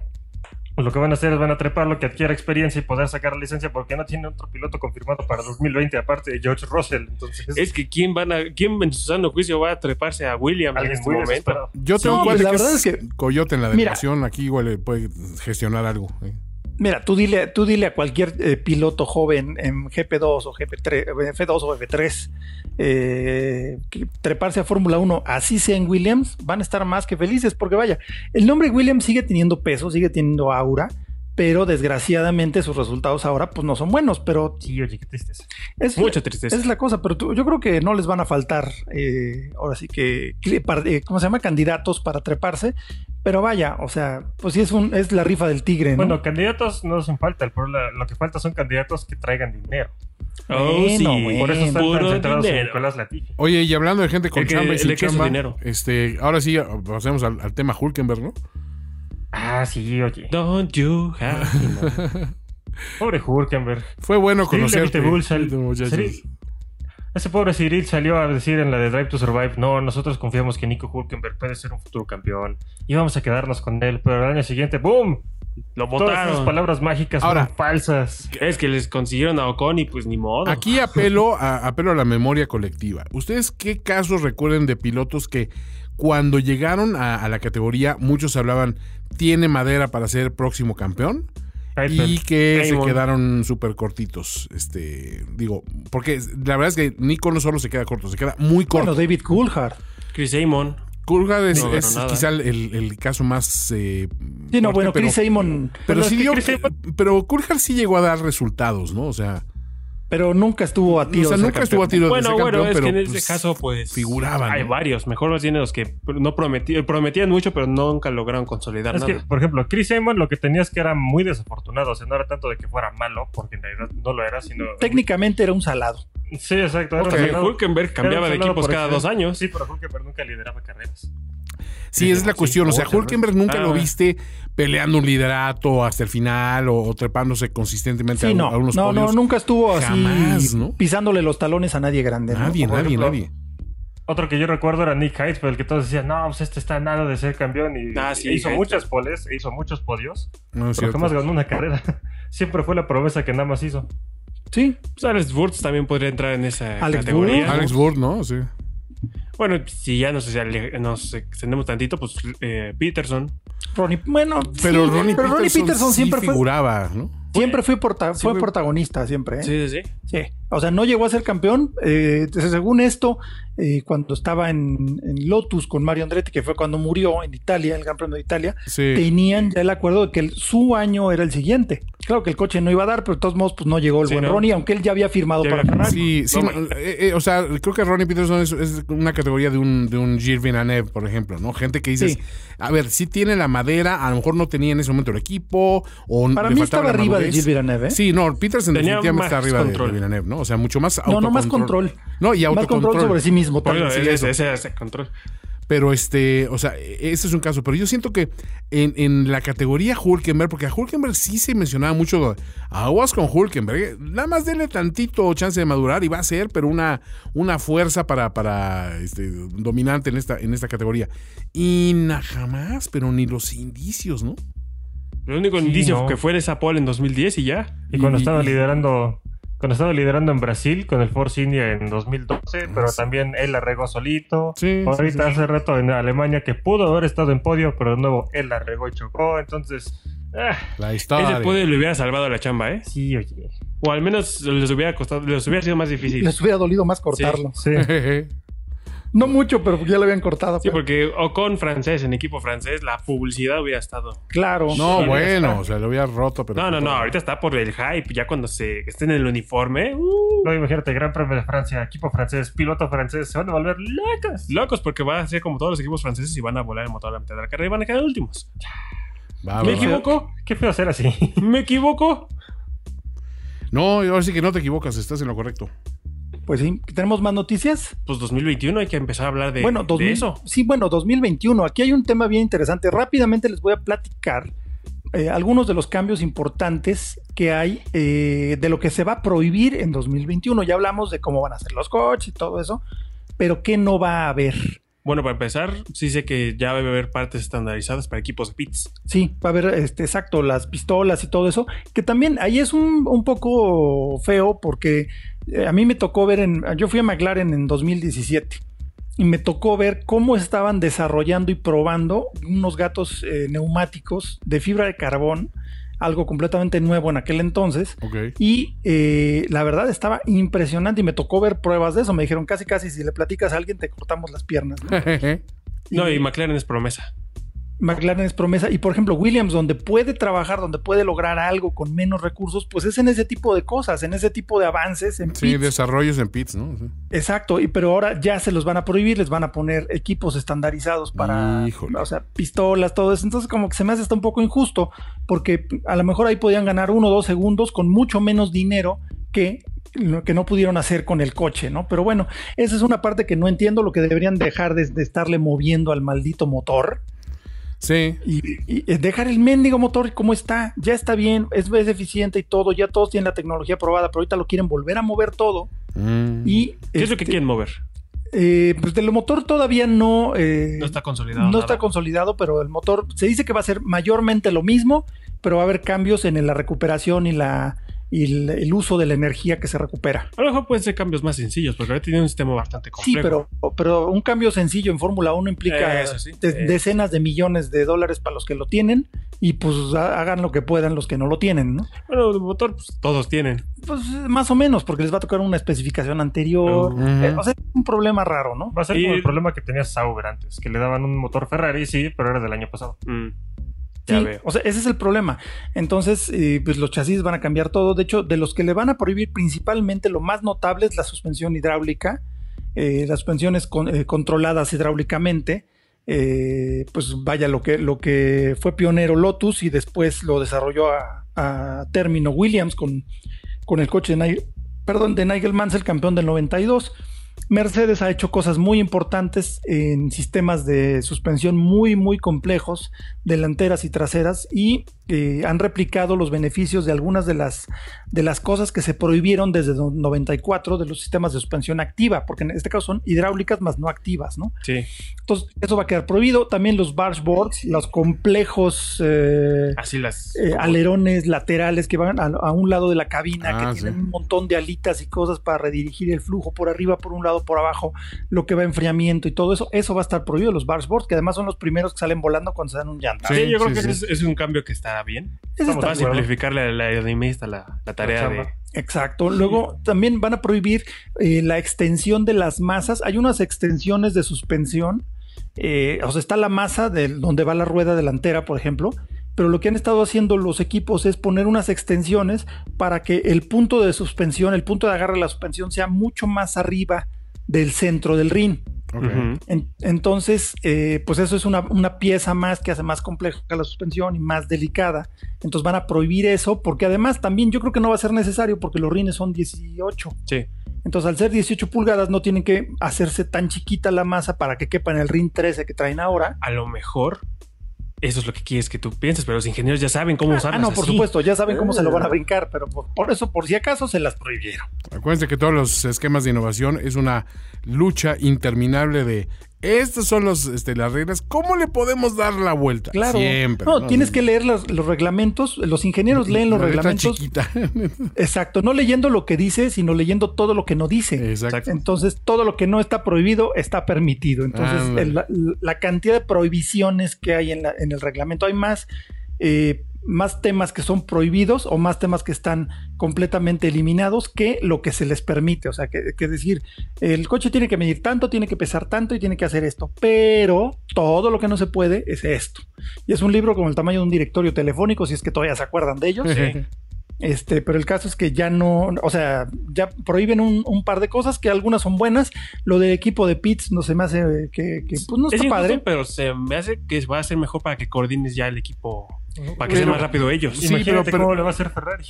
pues lo que van a hacer es van a trepar lo que adquiera experiencia y poder sacar la licencia porque no tiene otro piloto confirmado para 2020 aparte de George Russell. Entonces, Es que quién van a, quién en su sano juicio va a treparse a William en alguien este muy momento. desesperado. Yo tengo No, un pues, cuate la que verdad es es que- coyote en la Mira. delegación. Aquí igual le puede gestionar algo. ¿eh? mira, tú dile, tú dile a cualquier eh, piloto joven en GP2 o GP3, eh, F2 o F3, eh, que treparse a Fórmula 1, así sea en Williams, van a estar más que felices, porque vaya, el nombre Williams sigue teniendo peso, sigue teniendo aura. Pero desgraciadamente sus resultados ahora pues no son buenos, pero Sí, oye, qué tristeza. es, Mucha tristeza. Esa es la cosa, pero tú- yo creo que no les van a faltar, eh, ahora sí que, cli- par- eh, ¿cómo se llama? Candidatos para treparse. Pero vaya, o sea, pues sí es, un, es la rifa del tigre, ¿no? Bueno, candidatos no hacen falta. el problema- lo que falta son candidatos que traigan dinero. Oh, sí. Bueno, bueno. Por eso están tan Puro centrados en dinero. Nicolás Latifi. Oye, y hablando de gente con El que chamba y sin le quede su chamba, dinero. este, ahora sí pasemos al, al tema Hulkenberg, ¿no? Ah, sí, oye. Don't you have enough. Pobre Hurkenberg. Fue bueno Sí, le conocerte. viste Bull, sal- este Sí, muchachos. sí. Ese pobre Cyril salió a decir en la de Drive to Survive, no, nosotros confiamos que Nico Hulkenberg puede ser un futuro campeón y vamos a quedarnos con él, pero al año siguiente, ¡boom! Lo Todas esas votaron. palabras mágicas Ahora- fueron falsas. Es que les consiguieron a Ocon y pues ni modo. Aquí apelo a, apelo a la memoria colectiva. ¿Ustedes qué casos recuerden de pilotos que cuando llegaron a, a la categoría muchos hablaban tiene madera para ser próximo campeón? Y Heidfeld. que Raymond. se quedaron súper cortitos. Este, digo, porque la verdad es que Nico no solo se queda corto, se queda muy Bueno, corto. David Coulthard. Chris Amon. Coulthard es, No ganó es nada. quizá el, el caso más. eh, Sí, no, fuerte, pero- bueno, Chris Amon, Pero Bueno, sí es que dio- Chris Evans- pero Coulthard sí llegó a dar resultados, ¿no? O sea, pero nunca estuvo a tiro. o sea, de ser nunca estuvo a campeón. tiro de Bueno, ser bueno, campeón, es pero, que en este pues, caso, pues. figuraban, Hay ¿no? varios. Mejor más bien los que no prometían, prometían mucho, pero nunca lograron consolidar Es nada. que, por ejemplo, Chris Amon lo que tenías que era muy desafortunado, o sea, no era tanto de que fuera malo, porque en realidad no lo era, sino... Técnicamente era un salado. Sí, exacto. era Porque un salado- Hulkenberg era cambiaba un de salado equipos por cada dos accidente. años. Sí, pero Hulkenberg nunca lideraba carreras. Sí, esa es la Sí, cuestión. O sea, otra vez. Hulkenberg nunca lo Ah. viste peleando un liderato hasta el final o, o trepándose consistentemente Sí, a, no, a unos no, no, podios. nunca estuvo así Jamás, ¿no? pisándole los talones a nadie grande. ¿no? Nadie, Por nadie, ejemplo, nadie. Otro que yo recuerdo era Nick Heidfeld, que todos decían, no, pues este está nada de ser campeón. Y Ah, sí, e hizo Heidfeld. muchas poles, e hizo muchos podios, No es cierto. pero jamás ganó una carrera. Siempre fue la promesa que nada más hizo. Sí, Pues Alex Wurz también podría entrar en esa Alex categoría. Wurz. Alex Ward, ¿no? Sí. Bueno, si ya nos, ale- nos extendemos tantito, pues eh, Peterson. Ronnie, bueno, sí, Pero Ronnie pero Peterson, sí siempre fue, figuraba, ¿no? siempre fue, porta- Sí, fue fue- protagonista, siempre. ¿eh? Sí, sí, sí. Sí, o sea, no llegó a ser campeón. eh, entonces, según esto, eh, cuando estaba en, en Lotus con Mario Andretti, que fue cuando murió en Italia, el Gran Premio de Italia, Sí. tenían ya el acuerdo de que el- su año era el siguiente. Claro que el coche no iba a dar, pero de todos modos, pues no llegó el Sí, buen ¿no? Ronnie, aunque él ya había firmado Ya para había- Ferrari. Sí, sí, No, ma- eh, eh, o sea, creo que Ronnie Peterson es, es una categoría de un, de un Gilles Villeneuve, por ejemplo, ¿no? Gente que dices, Sí. a ver, sí tiene la madera, a lo mejor no tenía en ese momento el equipo, o Para le mí faltaba estaba la arriba de madurez. Gilles Villeneuve. ¿eh? Sí, no, Peterson Tenía definitivamente más está arriba de- control. de Villeneuve, ¿no? O sea, mucho más No, no, más control. No, y Más autocontrol. control sobre sí mismo. Bueno, también. ese, ese, ese control. Pero este, o sea, ese es un caso. Pero yo siento que en, en la categoría Hulkenberg, porque a Hulkenberg sí se mencionaba mucho aguas con Hulkenberg. eh, Nada más denle tantito chance de madurar y va a ser, pero una, una fuerza para, para este, dominante en esta, en esta categoría. Y na, jamás, pero ni los indicios, ¿no? Lo único Sí, indicio no. que fue esa pole en 2010 y ya. Y cuando estaba y- liderando cuando estaba liderando en Brasil con el Force India en 2012, pero también él la regó solito. Ah, Sí, Ahorita sí, sí. hace rato en Alemania que pudo haber estado en podio, pero de nuevo él la regó y chocó. Entonces, ah, La Ese historia. puede le hubiera salvado la chamba, ¿eh? sí, oye. O al menos les hubiera costado, les hubiera sido más difícil. Les hubiera dolido más cortarlo. Sí. No mucho, pero ya lo habían cortado. Sí, pero- porque o con francés, en equipo francés, la publicidad hubiera estado. Claro. No, Sí, bueno, está. o sea, lo había roto, pero. No, no, no, ahorita está por el hype, ya cuando se esté en el uniforme. ¡uh! No, imagínate, Gran Premio de Francia, equipo francés, piloto francés, se van a volver locas. Locos, porque va a ser como todos los equipos franceses y van a volar el motor a la mitad de la carrera y van a quedar últimos. Va, va, ¿Me va. equivoco? Qué feo hacer así. ¿Me equivoco? No, ahora sí que no te equivocas, estás en lo correcto. Pues sí, tenemos más noticias. Pues 2021 hay que empezar a hablar de, bueno, de 2000 eso. Sí, bueno, 2021. Aquí hay un tema bien interesante. Rápidamente les voy a platicar eh, algunos de los cambios importantes que hay eh, de lo que se va a prohibir en 2021. Ya hablamos de cómo van a ser los coches y todo eso, pero qué no va a haber. Bueno, para empezar, sí sé que ya debe haber partes estandarizadas para equipos de pits. Sí, va a haber, este, exacto, las pistolas y todo eso, que también ahí es un, un poco feo porque eh, a mí me tocó ver en, yo fui a McLaren en 2017 y me tocó ver cómo estaban desarrollando y probando unos gatos eh, neumáticos de fibra de carbón, algo completamente nuevo en aquel entonces. Ok. Y eh, la verdad estaba impresionante y me tocó ver pruebas de eso. Me dijeron casi, casi, si le platicas a alguien te cortamos las piernas. ¿no? No, y McLaren es promesa. McLaren es promesa y por ejemplo Williams donde puede trabajar, donde puede lograr algo con menos recursos, pues es en ese tipo de cosas, en ese tipo de avances, en sí, pits. desarrollos en pits, ¿no? Sí. exacto, y pero ahora ya se los van a prohibir, les van a poner equipos estandarizados para, Híjole. o sea, pistolas, todo eso, entonces como que se me hace hasta un poco injusto, porque a lo mejor ahí podían ganar uno o dos segundos con mucho menos dinero que lo que no pudieron hacer con el coche, ¿no? Pero bueno, esa es una parte que no entiendo, lo que deberían dejar de- de estarle moviendo al maldito motor Sí. y, y eh, dejar el mendigo motor como está, ya está bien, es, es eficiente y todo, ya todos tienen la tecnología probada, pero ahorita lo quieren volver a mover todo Mm. y ¿Qué es lo este, que quieren mover? eh, pues del motor todavía no eh, No está consolidado. no nada. está consolidado, pero el motor se dice que va a ser mayormente lo mismo, pero va a haber cambios en la recuperación y la y el, el uso de la energía que se recupera. A lo mejor pueden ser cambios más sencillos, porque ahora tiene un sistema bastante Sí, complejo. pero, pero un cambio sencillo en Fórmula 1 implica Eso sí, de- eso sí. decenas de millones de dólares para los que lo tienen y pues ha- hagan lo que puedan los que no lo tienen, ¿no? Bueno, el motor, pues, todos tienen. Pues más o menos, porque les va a tocar una especificación anterior. Ujú. Eh, o sea, es un problema raro, ¿no? Va a ser Y- como el problema que tenía Sauber antes, que le daban un motor Ferrari, sí, pero era del año pasado. Mm. Sí, Ya veo. O sea, ese es el problema. Entonces, eh, pues los chasis van a cambiar todo. De hecho, de los que le van a prohibir principalmente, lo más notable es la suspensión hidráulica, eh, las suspensiones con- eh, controladas hidráulicamente. Eh, pues vaya, lo que, lo que fue pionero Lotus y después lo desarrolló a, a término Williams con, con el coche de Nigel, perdón, de Nigel Mansell, campeón del 92. Mercedes ha hecho cosas muy importantes en sistemas de suspensión muy, muy complejos, delanteras y traseras, y eh, han replicado los beneficios de algunas de las, de las cosas que se prohibieron desde do- 94 de los sistemas de suspensión activa, porque en este caso son hidráulicas más no activas, ¿no? Sí. Entonces, eso va a quedar prohibido. También los bargeboards, los complejos. eh, Así las. eh, como- alerones laterales que van a, a un lado de la cabina, Ah, que tienen sí. un montón de alitas y cosas para redirigir el flujo por arriba, por un lado, por abajo, lo que va a enfriamiento y todo eso, eso va a estar prohibido. Los bargeboards, que además son los primeros que salen volando cuando se dan un llanto. Sí, Sí, yo creo sí, que sí. ese Es, es un cambio que está bien. Eso estamos está Va a de acuerdo. simplificarle a la aerodinamista la, la tarea chamba. de. Exacto. Luego también van a prohibir eh, la extensión de las masas. Hay unas extensiones de suspensión. eh, o sea, está la masa de donde va la rueda delantera, por ejemplo. Pero lo que han estado haciendo los equipos es poner unas extensiones para que el punto de suspensión, el punto de agarre de la suspensión sea mucho más arriba del centro del ring. Ok. Ujú. En- entonces, eh, pues eso es una, una pieza más que hace más compleja la suspensión y más delicada. Entonces van a prohibir eso porque además también yo creo que no va a ser necesario porque los rines son 18. Sí. Entonces, al ser 18 pulgadas, no tienen que hacerse tan chiquita la masa para que quepa en el RIN 13 que traen ahora. A lo mejor eso es lo que quieres que tú pienses, pero los ingenieros ya saben cómo usarlas. Ah, no, por Pues así. supuesto, ya saben cómo se lo Eh. van a brincar, pero por, por eso, por si acaso, se las prohibieron. Acuérdense que todos los esquemas de innovación es una lucha interminable de estas son los, este, las reglas, ¿cómo le podemos dar la vuelta? Claro. Siempre. no, tienes que leer las- los reglamentos. Los ingenieros leen los La letra reglamentos. chiquita. Exacto, no leyendo lo que dice, sino leyendo todo lo que no dice. Exacto. Entonces, todo lo que no está prohibido está permitido. Entonces, Ándale. el- la, la cantidad de prohibiciones que hay en, la- en el reglamento, hay más, eh, más temas que son prohibidos o más temas que están completamente eliminados que lo que se les permite. O sea, que, que decir, el coche tiene que medir tanto, tiene que pesar tanto y tiene que hacer esto, pero todo lo que no se puede es esto. Y es un libro con el tamaño de un directorio telefónico, si es que todavía se acuerdan de ellos. Este, pero el caso es que ya no, o sea, ya prohíben un, un par de cosas que algunas son buenas. Lo del equipo de pits no se me hace que, que, pues no Es está injusto, padre. pero se me hace que va a ser mejor para que coordines ya el equipo, para que sea Pero- más rápido ellos. Sí, Imagínate pero- cómo le va a hacer Ferrari.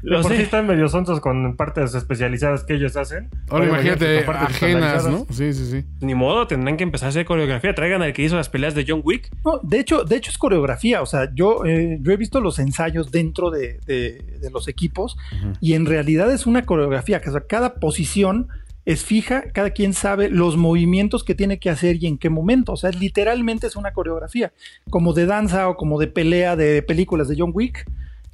Lo Los por sé. sí están medio sonsos con partes especializadas que ellos hacen. Ahora imagínate con partes ajenas, ¿no? estandarizadas. Sí, sí, sí. Ni modo, tendrán que empezar a hacer coreografía. Traigan al que hizo las peleas de John Wick. No, de hecho, de hecho es coreografía. O sea, yo, eh, yo he visto los ensayos dentro de, de- de los equipos y en realidad es una coreografía. Que, o sea, cada posición es fija, cada quien sabe los movimientos que tiene que hacer y en qué momento. O sea, literalmente es una coreografía, como de danza o como de pelea de películas de John Wick.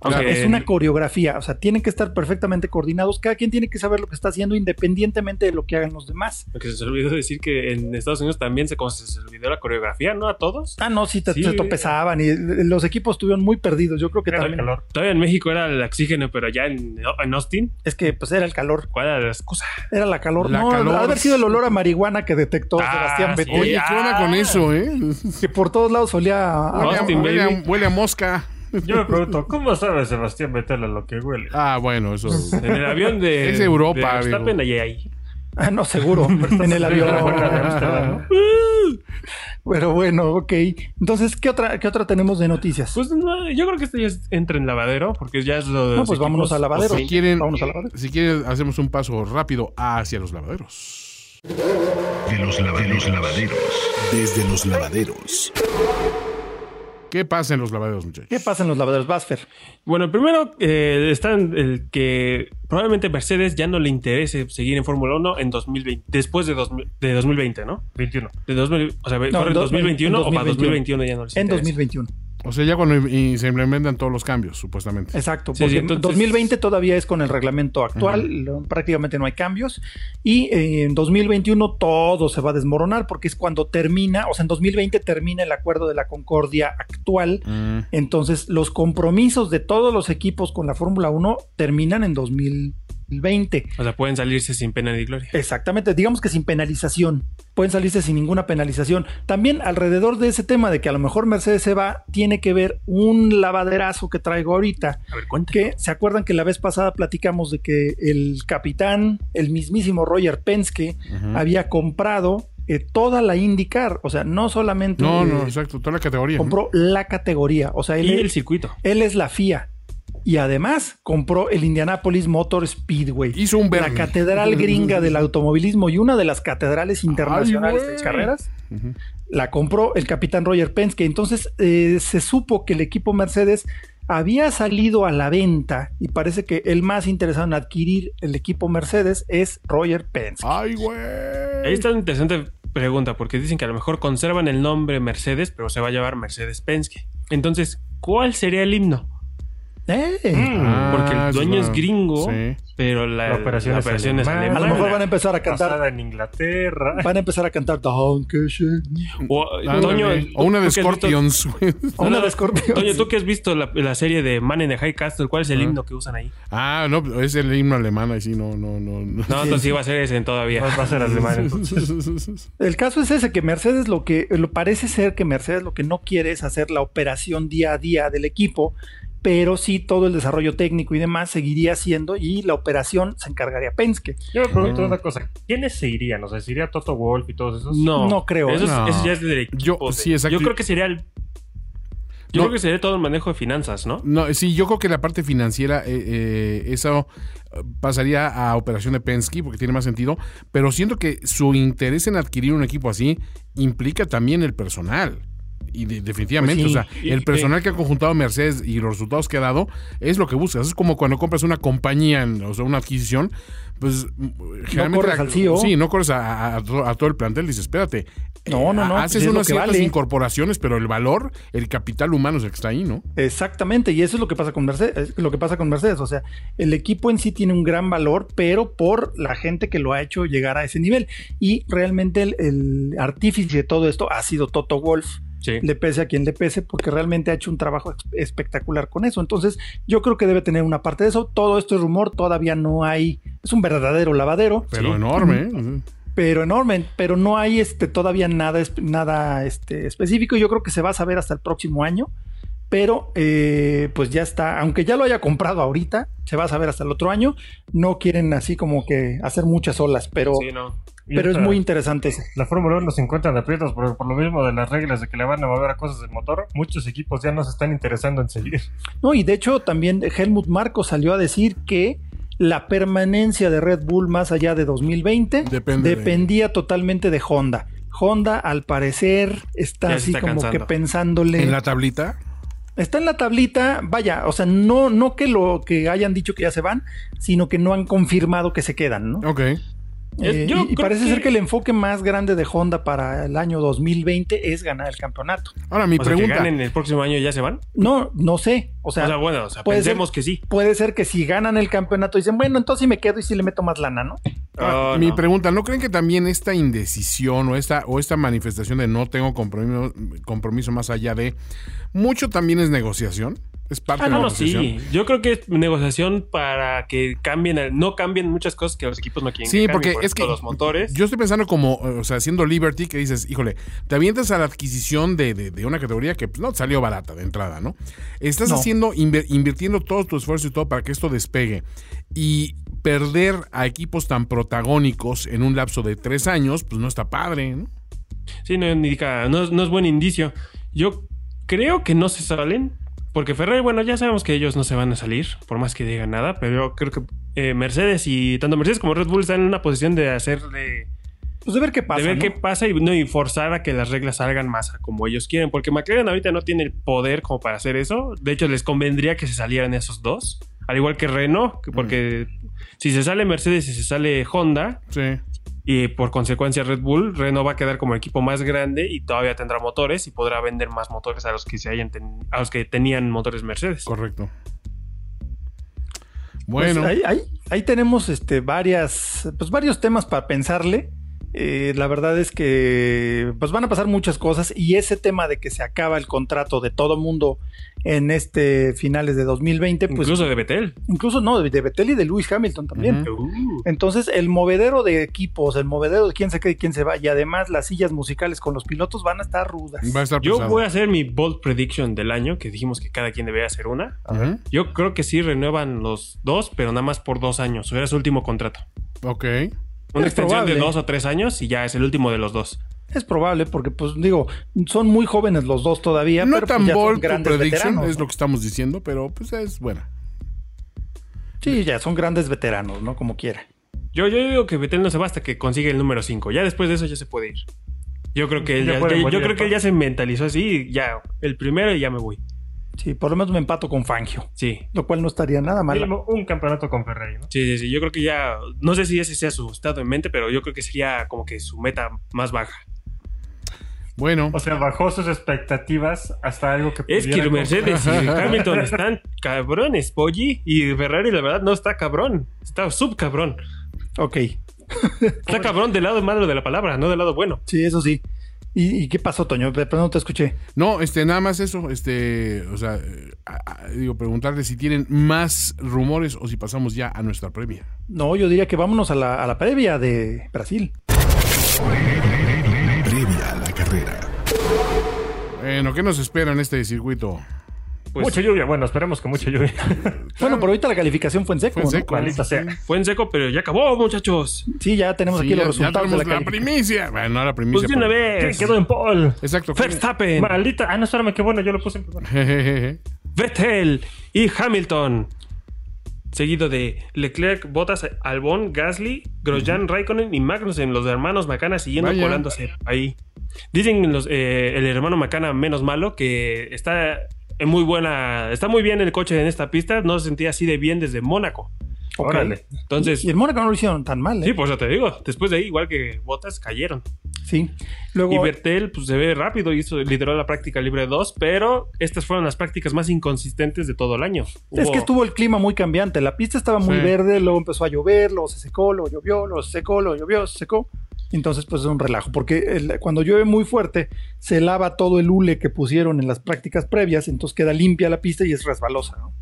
O sea, Aunque- es una coreografía, o sea, tienen que estar perfectamente coordinados, cada quien tiene que saber lo que está haciendo independientemente de lo que hagan los demás. Porque se olvidó decir que en Estados Unidos también se, como se- se olvidó la coreografía, ¿no? A todos. Ah, no, sí, te- Sí. se topezaban y eh, los equipos estuvieron muy perdidos, yo creo que Era el también. calor. Todavía en México era el oxígeno, pero ya en, en Austin, Es que pues era el calor, ¿cuál era la excusa? era la calor. La no, calor. ha de haber sido el olor a marihuana que detectó Ah, Sebastián sí. Vettel, Oye, ¿qué onda ah. con eso, eh? que por todos lados olía a- a- Huele a, Austin, huele a- baby. huele a mosca. Yo me pregunto, ¿cómo sabe Sebastián Vettel a lo que huele? Ah, bueno, eso. En el avión de. Es Europa, de amigo. Verstappen, ahí, ahí. Ah, no, seguro, en el avión. Pero bueno, ok. Entonces, ¿qué otra, qué otra tenemos de noticias? Pues no, yo creo que este ya es- entra en lavadero, porque ya es lo de. No, los pues vámonos equipos. al lavadero. Si quieren, Vámonos al lavadero. si quieren, hacemos un paso rápido hacia los lavaderos. De los lavaderos. Desde los lavaderos. ¿Qué pasa en los lavaderos, muchachos? ¿Qué pasa en los lavaderos? Basfer. Bueno, primero eh, está en el que probablemente Mercedes ya no le interese seguir en Fórmula 1 en 2020, después de, 2000 de 2020, ¿no? 21. De 2000, o No, sea, corre en en dos- 2021 en o para 2021. 2021 ya no les En interesa. 2021. O sea, ya cuando y- y se implementan todos los cambios, supuestamente. Exacto, Sí, porque sí, entonces- 2020 todavía es con el reglamento actual, lo- prácticamente no hay cambios. Y eh, en 2021 todo se va a desmoronar porque es cuando termina, o sea, en 2020 termina el acuerdo de la Concordia actual. Mm. Entonces, los compromisos de todos los equipos con la Fórmula 1 terminan en 2020. O sea, pueden salirse sin pena ni gloria. Exactamente, digamos que sin penalización. Pueden salirse sin ninguna penalización. También alrededor de ese tema de que a lo mejor Mercedes se va, tiene que ver un lavaderazo que traigo ahorita A ver, cuenta. que se acuerdan que la vez pasada platicamos de que el capitán, el mismísimo Roger Penske, había comprado eh, toda la IndyCar, o sea, no solamente No, eh, no, exacto. Toda la categoría. ¿no? compró la categoría, o sea, él, Y el él, circuito. es la FIA. Y además compró el Indianapolis Motor Speedway. Hizo un la verde. catedral gringa del automovilismo y una de las catedrales internacionales güey. de carreras. La compró el capitán Roger Penske. Entonces eh, se supo que el equipo Mercedes había salido a la venta y parece que el más interesado en adquirir el equipo Mercedes es Roger Penske. Ay, Ahí güey. está una interesante pregunta, porque dicen que a lo mejor conservan el nombre Mercedes, pero se va a llevar Mercedes Penske. Entonces, ¿cuál sería el himno? ¡Eh! Ah, Porque el dueño sí, es claro. gringo, Sí. pero la, Hmm, La operación es alemana. A lo alemana. mejor van a empezar a cantar. Casada en Inglaterra. Van a empezar a cantar Dankeschön. O, Ah, Toño, ándale. o una ¿tú de que has visto- Scorpions. güey. O una no. de Scorpions. Toño, tú que has visto la, la serie de Man in the High Castle, ¿cuál es el himno que usan ahí? ah, no, es el himno alemán. Ahí sí, no, no, no. no. No, entonces iba a ser ese todavía. Va a ser alemán entonces. El caso es ese que Mercedes lo que lo parece ser que Mercedes lo que no quiere es hacer la operación día a día del equipo, pero sí todo el desarrollo técnico y demás seguiría siendo y la operación se encargaría Penske. Yo me pregunto una cosa. ¿Quiénes se irían? O sea, ¿se iría Toto Wolf y todos esos? No, No creo. ¿eh? Eso, es- No. eso ya es del equipo. Yo- de- sí, exacto. Yo creo que sería el No. Yo creo que sería todo el manejo de finanzas, ¿no? No, sí, yo creo que la parte financiera, eh, eh, eso eh, pasaría a operación de Penske porque tiene más sentido, pero siento que su interés en adquirir un equipo así implica también el personal. Y de- definitivamente, Pues sí, o sea, y- el y- personal que ha conjuntado Mercedes y los resultados que ha dado es lo que buscas. Es como cuando compras una compañía, en- o sea, una adquisición, pues mm, generalmente. corres la- al E CEO. Sí, no corres a, a- a to- a todo el plantel, dices, espérate. eh, No, no, no, Haces pues es lo unas que ciertas vale. incorporaciones, pero el valor, el capital humano es el que está ahí, ¿no? Exactamente, y eso es lo que pasa con Mercedes, lo que pasa con Mercedes, o sea, el equipo en sí tiene un gran valor, pero por la gente que lo ha hecho llegar a ese nivel. Y realmente el, el artífice de todo esto ha sido Toto Wolf, Sí. le pese a quien le pese, porque realmente ha hecho un trabajo ex- espectacular con eso. Entonces, yo creo que debe tener una parte de eso. Todo esto es rumor, todavía no hay, es un verdadero lavadero, Pero Sí. enorme, ¿eh? O sea. pero enorme, pero no hay este todavía nada, esp- nada este, específico. Yo creo que se va a saber hasta el próximo año, pero eh, pues ya está, aunque ya lo haya comprado ahorita, se va a saber hasta el otro año. No quieren así como que hacer muchas olas, pero, Sí, no. Y pero es esta- muy interesante ese. La Fórmula 1 se encuentra en aprietos por, por lo mismo de las reglas de que le van a mover a cosas del motor. Muchos equipos ya no se están interesando en seguir. No, y de hecho también Helmut Marco salió a decir que la permanencia de Red Bull más allá de 2020 Depende de- dependía totalmente de Honda. Honda, al parecer, está Ya se así está como cansando. que pensándole. En la tablita. Está en la tablita, vaya, o sea, no, no que lo que hayan dicho que ya se van, sino que no han confirmado que se quedan, ¿no? Ok. Es- Eh, yo y- y, creo parece que- ser que el enfoque más grande de Honda para el año 2020 es ganar el campeonato. Ahora mi O sea, que pregunta. ganen el próximo año y ya se van. No, no sé. O sea, o sea, bueno, o sea, puede ser- pensemos que sí. puede ser que si ganan el campeonato dicen, bueno, entonces sí me quedo y si le meto más lana, ¿no? ah, Ah, mi no. pregunta, ¿no creen que también esta indecisión o esta, o esta manifestación de no tengo compromiso, compromiso más allá de mucho también es negociación? Es parte Ah, de la no, no, negociación. sí. Yo creo que es negociación para que cambien, no cambien muchas cosas que los equipos no quieren. Sí, cambien, porque por es que ejemplo, los motores. Yo estoy pensando como, o sea, siendo Liberty, que dices, híjole, te avientas a la adquisición de, de- de una categoría que pues, no te salió barata de entrada, ¿no? Estás No. haciendo, inver- invirtiendo todo tu esfuerzo y todo para que esto despegue. Y perder a equipos tan protagónicos en un lapso de tres años, pues no está padre, ¿no? Sí, no, indica, no, es- no es buen indicio. Yo creo que no se salen, porque Ferrari, bueno, ya sabemos que ellos no se van a salir, por más que digan nada, pero yo creo que eh, Mercedes y tanto Mercedes como Red Bull están en una posición de hacerle, Pues de ver qué pasa. de ver ¿no? qué pasa y, no, y forzar a que las reglas salgan más a como ellos quieren, porque McLaren ahorita no tiene el poder como para hacer eso. De hecho, les convendría que se salieran esos dos, al igual que Renault, que- porque Mm. si se sale Mercedes y se sale Honda, Sí. y por consecuencia Red Bull, Renault va a quedar como el equipo más grande y todavía tendrá motores y podrá vender más motores a los que se hayan ten- a los que tenían motores Mercedes. Correcto. Pues Bueno, ahí, ahí- ahí tenemos este, varias, pues varios temas para pensarle. Eh, la verdad es que pues van a pasar muchas cosas y ese tema de que se acaba el contrato de todo mundo en este finales de 2020, pues incluso, Incluso de Betel. no, de, de Vettel y de Lewis Hamilton también. Ujú. Entonces el movedero de equipos, el movedero de quién se queda y quién se va y además las sillas musicales con los pilotos van a estar rudas. va a estar Yo pesado. voy a hacer mi bold prediction del año, que dijimos que cada quien debía hacer una. Ajá. Yo creo que sí renuevan los dos, pero nada más por dos años. Era su último contrato. Ok. Una Es extensión probable. de dos o tres años y ya es el último de los dos. Es probable porque pues digo, son muy jóvenes los dos todavía, No pero pues, tan ya son bold tu grandes prediction, veteranos, es ¿no? lo que estamos diciendo, pero pues es buena. Sí, ya son grandes veteranos, ¿no? Como quiera. Yo, yo digo que Betel no se va hasta que consigue el número 5. Ya después de eso ya se puede ir. Yo creo que él Ya ya, puede ya- morir yo creo en que él ya paz. se mentalizó así, y ya el primero y ya me voy. Sí, por lo menos me empato con Fangio, Sí. lo cual no estaría nada mal. Mínimo un campeonato con Ferrari, ¿no? Sí, sí, sí. Yo creo que ya. No sé si ese sea su estado en mente, pero yo creo que sería como que su meta más baja. Bueno, O sea, bajó sus expectativas hasta algo que Es que pudiera Mercedes y Hamilton están cabrones, Polly. Y Ferrari, la verdad, no está cabrón. Está subcabrón. Ok, Está cabrón del lado malo de la palabra, no del lado bueno. sí, eso sí. ¿Y, y qué pasó, Toño? De pronto no te escuché. no, este, nada más eso, este, o sea, eh, a- a- digo, preguntarle si tienen más rumores o si pasamos ya a nuestra previa. No, yo diría que vámonos a la, a la previa de Brasil. Previa a la carrera. Bueno, ¿qué nos espera en este circuito? Pues- mucha lluvia, bueno, esperemos que mucha lluvia. Bueno, por ahorita la calificación fue en seco. Fue en ¿no? seco. Maldita sea. Fue en seco, pero ya acabó, muchachos. Sí, ya tenemos Sí, aquí ya- los ya resultados de la tenemos la, calificación. primicia. Bueno, no la primicia. Pues de una pero- vez. Quedó en Paul. Exacto. Verstappen, Maldita. Ah, no, espérame, qué bueno, yo lo puse en primero. Jejeje. Vettel y Hamilton. Seguido de Leclerc, Bottas, Albon, Gasly, Grosjean, Raikkonen y Magnussen, los hermanos Macana siguiendo Vaya. colándose ahí. Dicen los, eh, el hermano Macana menos malo que está en muy buena, está muy bien el coche en esta pista, no se sentía así de bien desde Mónaco. Ok. Órale. Entonces, Y el Mónaco no lo hicieron tan mal, ¿eh? sí, pues ya te digo, después de ahí, igual que Bottas, cayeron. Sí. Luego, Y Bertel pues, se ve rápido y hizo, lideró la práctica libre 2, pero estas fueron las prácticas más inconsistentes de todo el año. es Hubo- que estuvo el clima muy cambiante. La pista estaba muy Sí. verde, luego empezó a llover, luego se secó, luego llovió, luego se secó, luego llovió, se secó. Entonces, pues es un relajo, porque el- cuando llueve muy fuerte, se lava todo el hule que pusieron en las prácticas previas, entonces queda limpia la pista y es resbalosa, ¿no?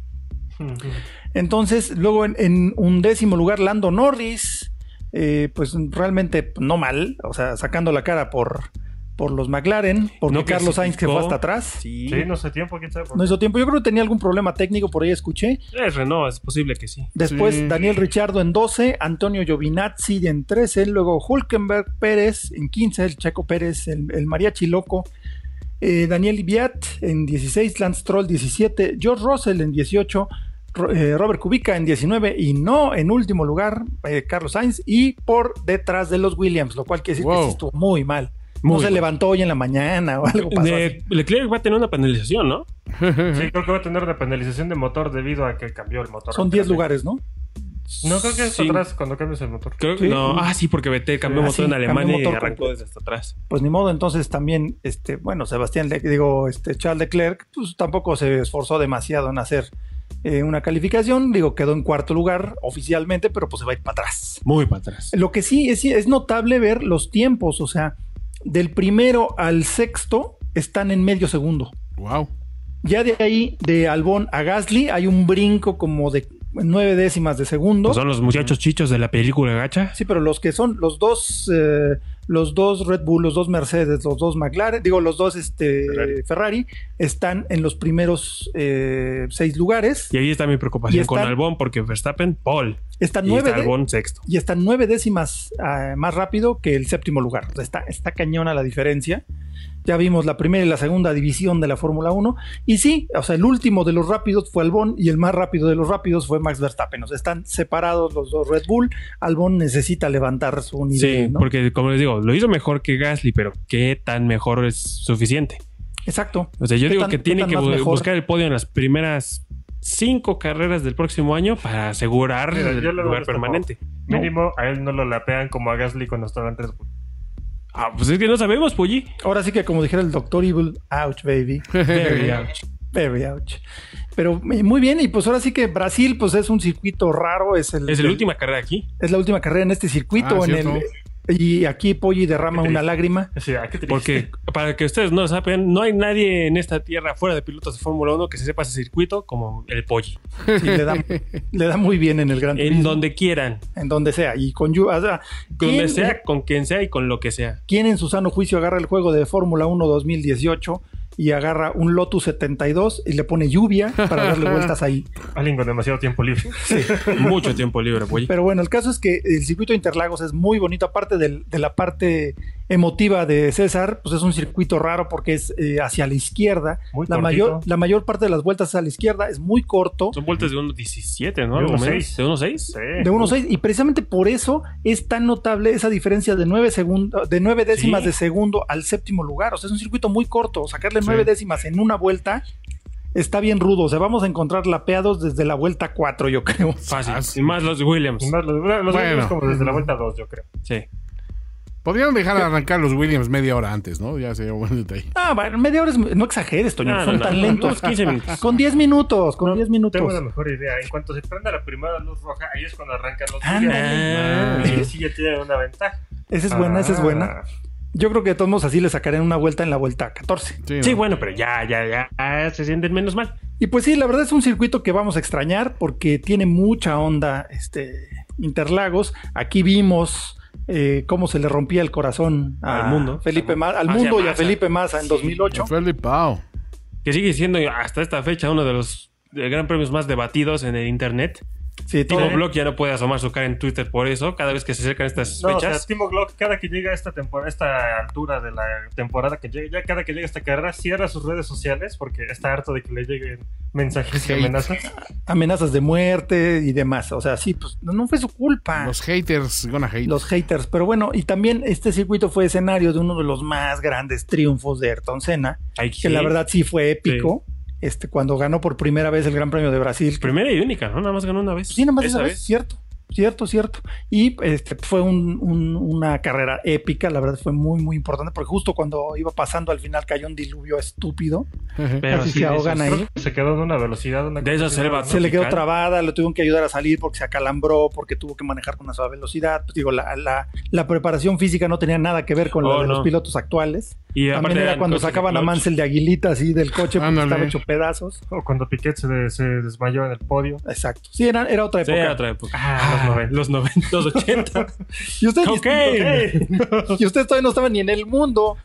Entonces, luego en, en undécimo lugar, Lando Norris, eh, pues realmente no mal, o sea, sacando la cara por, por los McLaren, porque No Carlos Sainz que fue clasificó. hasta atrás. Sí, Sí, no sé tiempo, quién sabe. por No qué. hizo tiempo, yo creo que tenía algún problema técnico, por ahí escuché. es Renault, es posible que sí. Después Sí. Daniel Richardo en 12, Antonio Giovinazzi en 13, luego Hulkenberg Pérez en 15, el Checo Pérez, el, el Mariachi Loco, eh, Daniel Ibiat en 16, Lance Troll 17, George Russell en 18, Ro- eh, Robert Kubica en 19 y no en último lugar eh, Carlos Sainz y por detrás de los Williams, lo cual quiere decir que Wow. sí estuvo muy mal. no Muy se mal. levantó hoy en la mañana o algo pasó. Eh, Leclerc va a tener una penalización, ¿no? Sí, creo que va a tener una penalización de motor debido a que cambió el motor. Son 10 lugares, ¿no? No creo que es Sí. atrás cuando cambias el motor. Creo que Sí. no. Ah, sí, porque Vettel cambió Ah, motor sí, en cambió Alemania motor y arrancó completo. desde hasta atrás. pues ni modo, entonces también, este, bueno, Sebastián, Le- digo, este, Charles Leclerc, pues tampoco se esforzó demasiado en hacer eh, una calificación, digo, quedó en cuarto lugar oficialmente, pero pues se va a ir para atrás. Muy para atrás. Lo que sí es, es notable ver los tiempos, o sea, del primero al sexto están en medio segundo. Wow. Ya de ahí, de Albón a Gasly, hay un brinco como de nueve décimas de segundo. Pues son los muchachos chichos de la película gacha. Sí, pero los que son los dos, eh, los dos Red Bull, los dos Mercedes, los dos McLaren, digo, los dos este, Ferrari. Ferrari. están en los primeros eh, seis lugares. Y ahí está mi Y preocupación están- con Albon, porque Verstappen, Paul. Están Y nueve está de- Albon sexto. y están nueve décimas ah, más rápido que el séptimo lugar. O sea, está, está cañona la diferencia. Ya vimos la primera y la segunda división de la Fórmula 1. Y sí, o sea, el último de los rápidos fue Albón y el más rápido de los rápidos fue Max Verstappen. O sea, están separados los dos Red Bull. Albón necesita levantar su nivel. Sí, ¿no? porque como les digo, lo hizo mejor que Gasly, pero ¿qué tan mejor es suficiente? Exacto. O sea, yo ¿Qué digo tan- que qué tiene tan que más bu- mejor? buscar el podio en las primeras cinco carreras del próximo año para asegurar Mira, el yo le voy a lugar este permanente. No. Mínimo a él no lo lapean como a Gasly cuando estaba en Red Bull. Ah, pues es que no sabemos, Pulli. Ahora sí que como dijera el doctor Evil, ouch baby, very ouch. Pero eh, muy bien, y pues ahora sí que Brasil pues es un circuito raro, es el, Es la el- última carrera aquí. es la última carrera en este circuito Ah, en cierto. el y aquí Polly derrama Qué una triste. lágrima. Sí, ah, qué triste. Porque para que ustedes no lo sepan, no hay nadie en esta tierra fuera de pilotos de Fórmula 1 que se sepa ese circuito como el Polli. y le da, le da muy bien en el gran En Turismo, donde quieran, en donde sea y con Yu- o sea, donde ¿quién- sea, con quien sea y con lo que sea. ¿Quién en su sano juicio agarra el juego de Fórmula 1 2018 y agarra un Lotus 72 y le pone lluvia para darle vueltas ahí? Alguien con demasiado tiempo libre. Mucho tiempo libre, Polli. Pero bueno, el caso es que el circuito de Interlagos es muy bonito, aparte del- de la parte emotiva de César, pues es un circuito raro porque es eh, hacia la izquierda. Muy La cortito. mayor, la mayor parte de las vueltas es a la izquierda, es muy corto, Son vueltas de 1.17, ¿no? De Algo menos. 1.6. ¿De 1.6? Sí. de 1.6, y precisamente por eso es tan notable esa diferencia de 9, de nueve décimas Sí. de segundo al séptimo lugar. O sea, es un circuito muy corto, sacarle Sí. 9 décimas en una vuelta. Está bien rudo, o sea, vamos a encontrar lapeados desde la vuelta 4, yo creo. Fácil. Ah, sí. Y más los Williams. Y más los, los Williams como desde la Ujú. vuelta 2, yo creo. Sí. Podrían dejar arrancar los Williams media hora antes, ¿no? Ya sería un buen detalle. Ah, bueno, media hora es- No exageres, Toño, No, no, son no, tan no, lentos. unos 15 minutos. Con 10 minutos, con 10 Tengo minutos. la mejor idea. En cuanto se prenda la primera luz roja, ahí es cuando arrancan los Ándale. Williams. Y así ya tienen una ventaja. Esa es buena, esa es Ah. buena. Yo creo que de todos modos así le sacarán una vuelta en la vuelta 14. Sí, Sí, ¿no? bueno, pero ya, ya, ya, ah, se sienten menos mal. Y pues sí, la verdad es un circuito que vamos a extrañar porque tiene mucha onda este Interlagos. Aquí vimos eh, cómo se le rompía el corazón a Al mundo. Felipe Ma- al Hacia mundo y a Massa. Felipe Massa en 2008. Fue el de Pau. que sigue siendo hasta esta fecha uno de los eh, gran premios más debatidos en el internet. Sí, Timo todo. Glock ya no puede asomar su cara en Twitter por eso, cada vez que se acercan estas No, o sea, fechas. Timo Glock, cada que llega a esta, temporada, esta altura de la temporada que llega, ya cada que llega a esta carrera, cierra sus redes sociales porque está harto de que le lleguen mensajes y Hate. amenazas. amenazas de muerte y demás. O sea, sí, pues no, no fue su culpa. Ah. Los Los, haters gonna hate. haters. Pero bueno, y también este circuito fue escenario de uno de los más grandes triunfos de Ayrton Senna, Ay, que sí. la verdad sí fue épico. Este, cuando ganó por primera vez el Gran Premio de Brasil. Pues, Primera y única, ¿no? Nada más ganó una vez. Sí, nada más Esa esa vez, cierto, cierto, cierto. Y este fue un- un- una carrera épica, la verdad fue muy, muy importante, porque justo cuando iba pasando al final cayó un diluvio estúpido, Pero casi sí, se de ahogan esas- ahí. Creo que Se quedó en una velocidad. Una De esas cosa así, selvas, se ¿no? le quedó tropical. trabada, lo tuvieron que ayudar a salir porque se acalambró, porque tuvo que manejar con una suave velocidad. Pues digo, la, la- la preparación física no tenía nada que ver con la Oh, de no. los pilotos actuales. Y También era eran cuando cosas de sacaban a clutch. Mansell de aguilita así del coche porque Ándale. estaba hecho pedazos. O cuando Piquet se, de- se desmayó en el podio. Exacto. Sí, era, era otra Sí, época. era otra época. Ah, los 90. Los 90, los 80. Y usted, Ok. y usted todavía no estaba ni en el mundo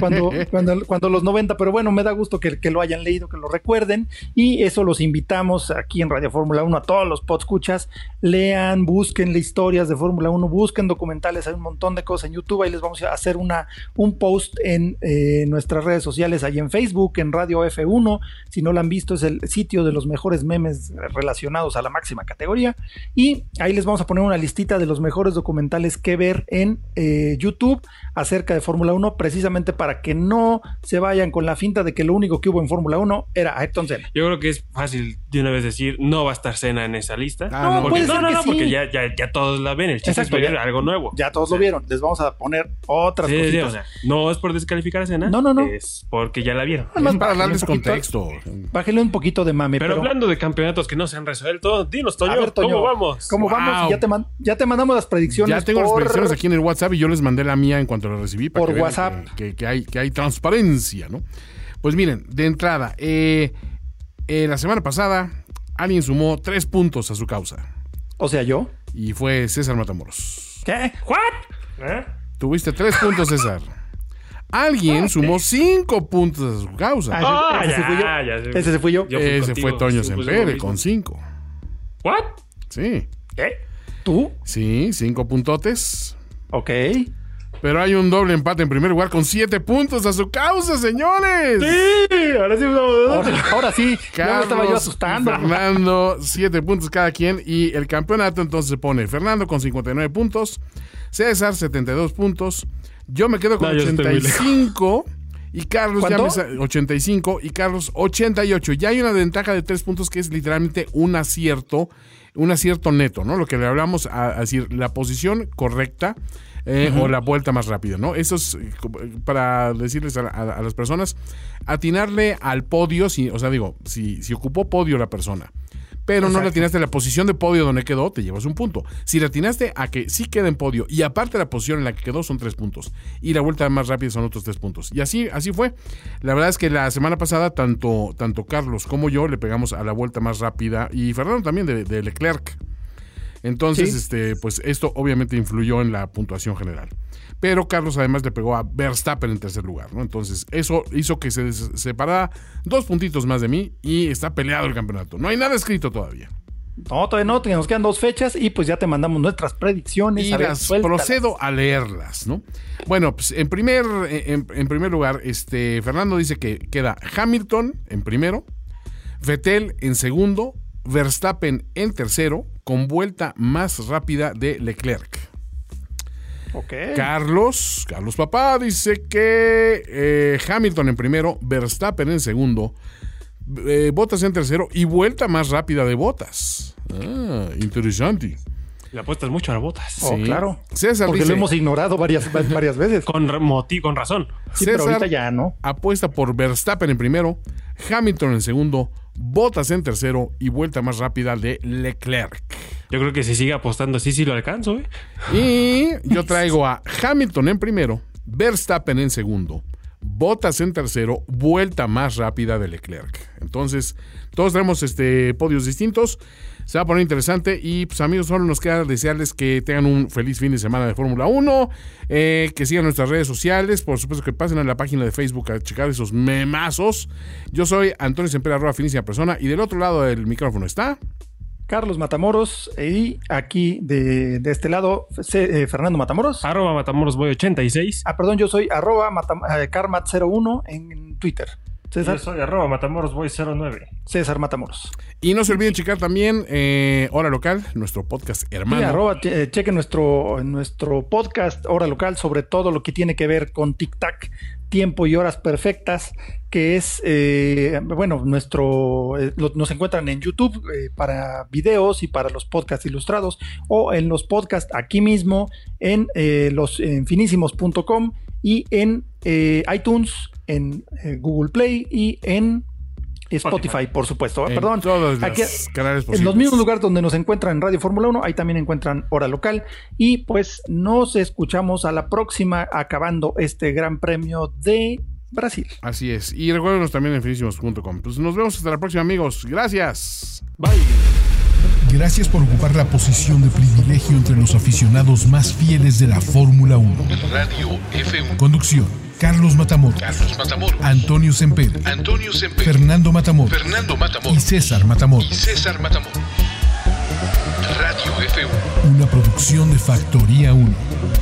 cuando, cuando, cuando los 90, pero bueno, me da gusto que, que lo hayan leído, que lo recuerden. Y eso los invitamos aquí en Radio Fórmula 1 a todos los podescuchas. Lean, busquen las historias de Fórmula 1, busquen documentales, hay un montón de cosas en YouTube. Ahí les vamos a hacer una, un post en eh, nuestras redes sociales, ahí en Facebook, en Radio F1. Si no lo han visto, es el sitio de los mejores memes relacionados a la máxima categoría. Y ahí les vamos a poner una listita de los mejores documentales que ver en eh, YouTube acerca de Fórmula 1, precisamente para que no se vayan con la finta de que lo único que hubo en Fórmula 1 era Ayrton Senna. Yo creo que es fácil de una vez decir, no va a estar cena en esa lista. Ah, no, porque, puede ser no, que no, sí. porque ya, ya, ya todos la ven. El chiste Exacto, es ver ya- algo nuevo. Ya todos lo vieron, les vamos a poner otras Sí, sí, cositas. o sea, no es por descalificar a cena. No, no, no. Es porque ya la vieron. Nada más Es para bájenle un darles poquito- contexto. Bájenle un poquito de mame, Pero pero, hablando de campeonatos que no se han resuelto, dinos, Toño, A ver, Toño, ¿cómo vamos? ¿cómo Wow. vamos? Ya te, man- ya te mandamos las predicciones Ya tengo las por- predicciones aquí en el WhatsApp y yo les mandé la mía en cuanto la recibí. Por vean WhatsApp. Que, que- que hay, que hay transparencia, ¿no? Pues miren, de entrada, eh, eh, la semana pasada alguien sumó tres puntos a su causa O sea, yo. y fue César Matamoros. ¿Qué? ¿Eh? Tuviste tres puntos, César. Alguien sumó cinco puntos a su causa. Ah, ese, ese ya, fui yo. ya, sí. Ese se fui yo. Yo fui Ese contigo, fue Toño sí, pues, lo Sempere mismo. con cinco. ¿What? Sí, ¿Tú? sí, cinco puntotes. Ok. Pero hay un doble empate en primer lugar con siete puntos a su causa, señores. ahora sí Ahora, ahora sí, ya me Carlos estaba yo y asustando. Fernando, siete puntos cada quien. Y el campeonato entonces se pone Fernando con 59 puntos, César 72 puntos, yo me quedo con No, yo estoy muy 85 y Carlos ya ¿Cuánto? me sa- 85 y Carlos 88. Ya hay una ventaja de tres puntos que es literalmente un acierto, un acierto neto, ¿no? Lo que le hablamos a, a decir la posición correcta. eh, O la vuelta más rápido, ¿no? Eso es eh, como, eh, para decirles a, la- a- a las personas, atinarle al podio, si, o sea, digo, si, si ocupó podio la persona, pero no le atinaste a la posición de podio donde quedó, te llevas un punto. Si le atinaste a que sí queda en podio y aparte la posición en la que quedó son tres puntos y la vuelta más rápida son otros tres puntos. Y así, así fue. La verdad es que la semana pasada tanto, tanto Carlos como yo le pegamos a la vuelta más rápida y Fernando también de, de Leclerc. Entonces, Sí. este, pues esto obviamente influyó en la puntuación general. Pero Carlos además le pegó a Verstappen en tercer lugar, ¿no? Entonces, eso hizo que se des- separara dos puntitos más de mí y está peleado el campeonato. No hay nada escrito todavía. No, todavía no, nos quedan dos fechas y pues ya te mandamos nuestras predicciones. Y A ver, las suéltalas. procedo a leerlas, ¿no? Bueno, pues en primer, en, en primer lugar, este, Fernando dice que queda Hamilton en primero, Vettel en segundo, Verstappen en tercero, con vuelta más rápida de Leclerc. Ok. Carlos, Carlos Papá dice que eh, Hamilton en primero, Verstappen en segundo, eh, Botas en tercero y vuelta más rápida de Botas. Ah, interesante. Le apuestas mucho a las botas. Oh, claro. César Porque dice, lo hemos ignorado varias, va- varias veces. Con, ra- moti- con razón. Sí, pero César ahorita ya no. apuesta por Verstappen en primero, Hamilton en segundo, Botas en tercero y vuelta más rápida de Leclerc. Yo creo que si sigue apostando así, sí lo alcanzo, ¿eh? Y yo traigo a Hamilton en primero, Verstappen en segundo, Botas en tercero, vuelta más rápida de Leclerc. Entonces, todos tenemos este, podios distintos. Se va a poner interesante. Y pues amigos, solo nos queda desearles que tengan un feliz fin de semana de Fórmula 1. eh, que sigan nuestras redes sociales. Por supuesto que pasen a la página de Facebook a checar esos memazos. Yo soy Antonio Sempera, arroba finísima persona. Y del otro lado del micrófono está. Carlos Matamoros y aquí de, de este lado se- eh, Fernando Matamoros. Ah. Arroba Matamoros Boy 86. Ah, perdón, yo soy arroba matam- eh, carmat01 en Twitter. César, Yo soy arroba matamorosboy09. César Matamoros. Y no se olviden checar también eh, Hora Local, nuestro podcast Y hermano. arroba, che- eh, chequen nuestro, nuestro podcast Hora Local sobre todo lo que tiene que ver con Tic Tac, Tiempo y Horas Perfectas, que es, eh, bueno, nuestro, eh, lo- nos encuentran en YouTube eh, para videos y para los podcasts ilustrados o en los podcasts aquí mismo en eh, los en finísimos.com y en eh, iTunes, en eh, Google Play y en Spotify, Spotify. por supuesto. Ah, En Perdón, todos los Aquí- canales en los posibles. mismos lugares donde nos encuentran Radio Fórmula 1, ahí también encuentran Hora Local. Y pues nos escuchamos a la próxima, acabando este Gran Premio de Brasil. Así es. Y recuérdenos también en finísimos.com. Pues nos vemos hasta la próxima, amigos. Gracias. Gracias por ocupar la posición de privilegio entre los aficionados más fieles de la Fórmula 1. Radio F1. Conducción: Carlos Matamoros, Carlos Matamoros. Antonio Semper, Antonio Semper. Fernando Matamoros Fernando y Matamoros. César Matamoros. Y César Matamoros. Radio F1. Una producción de Factoría 1.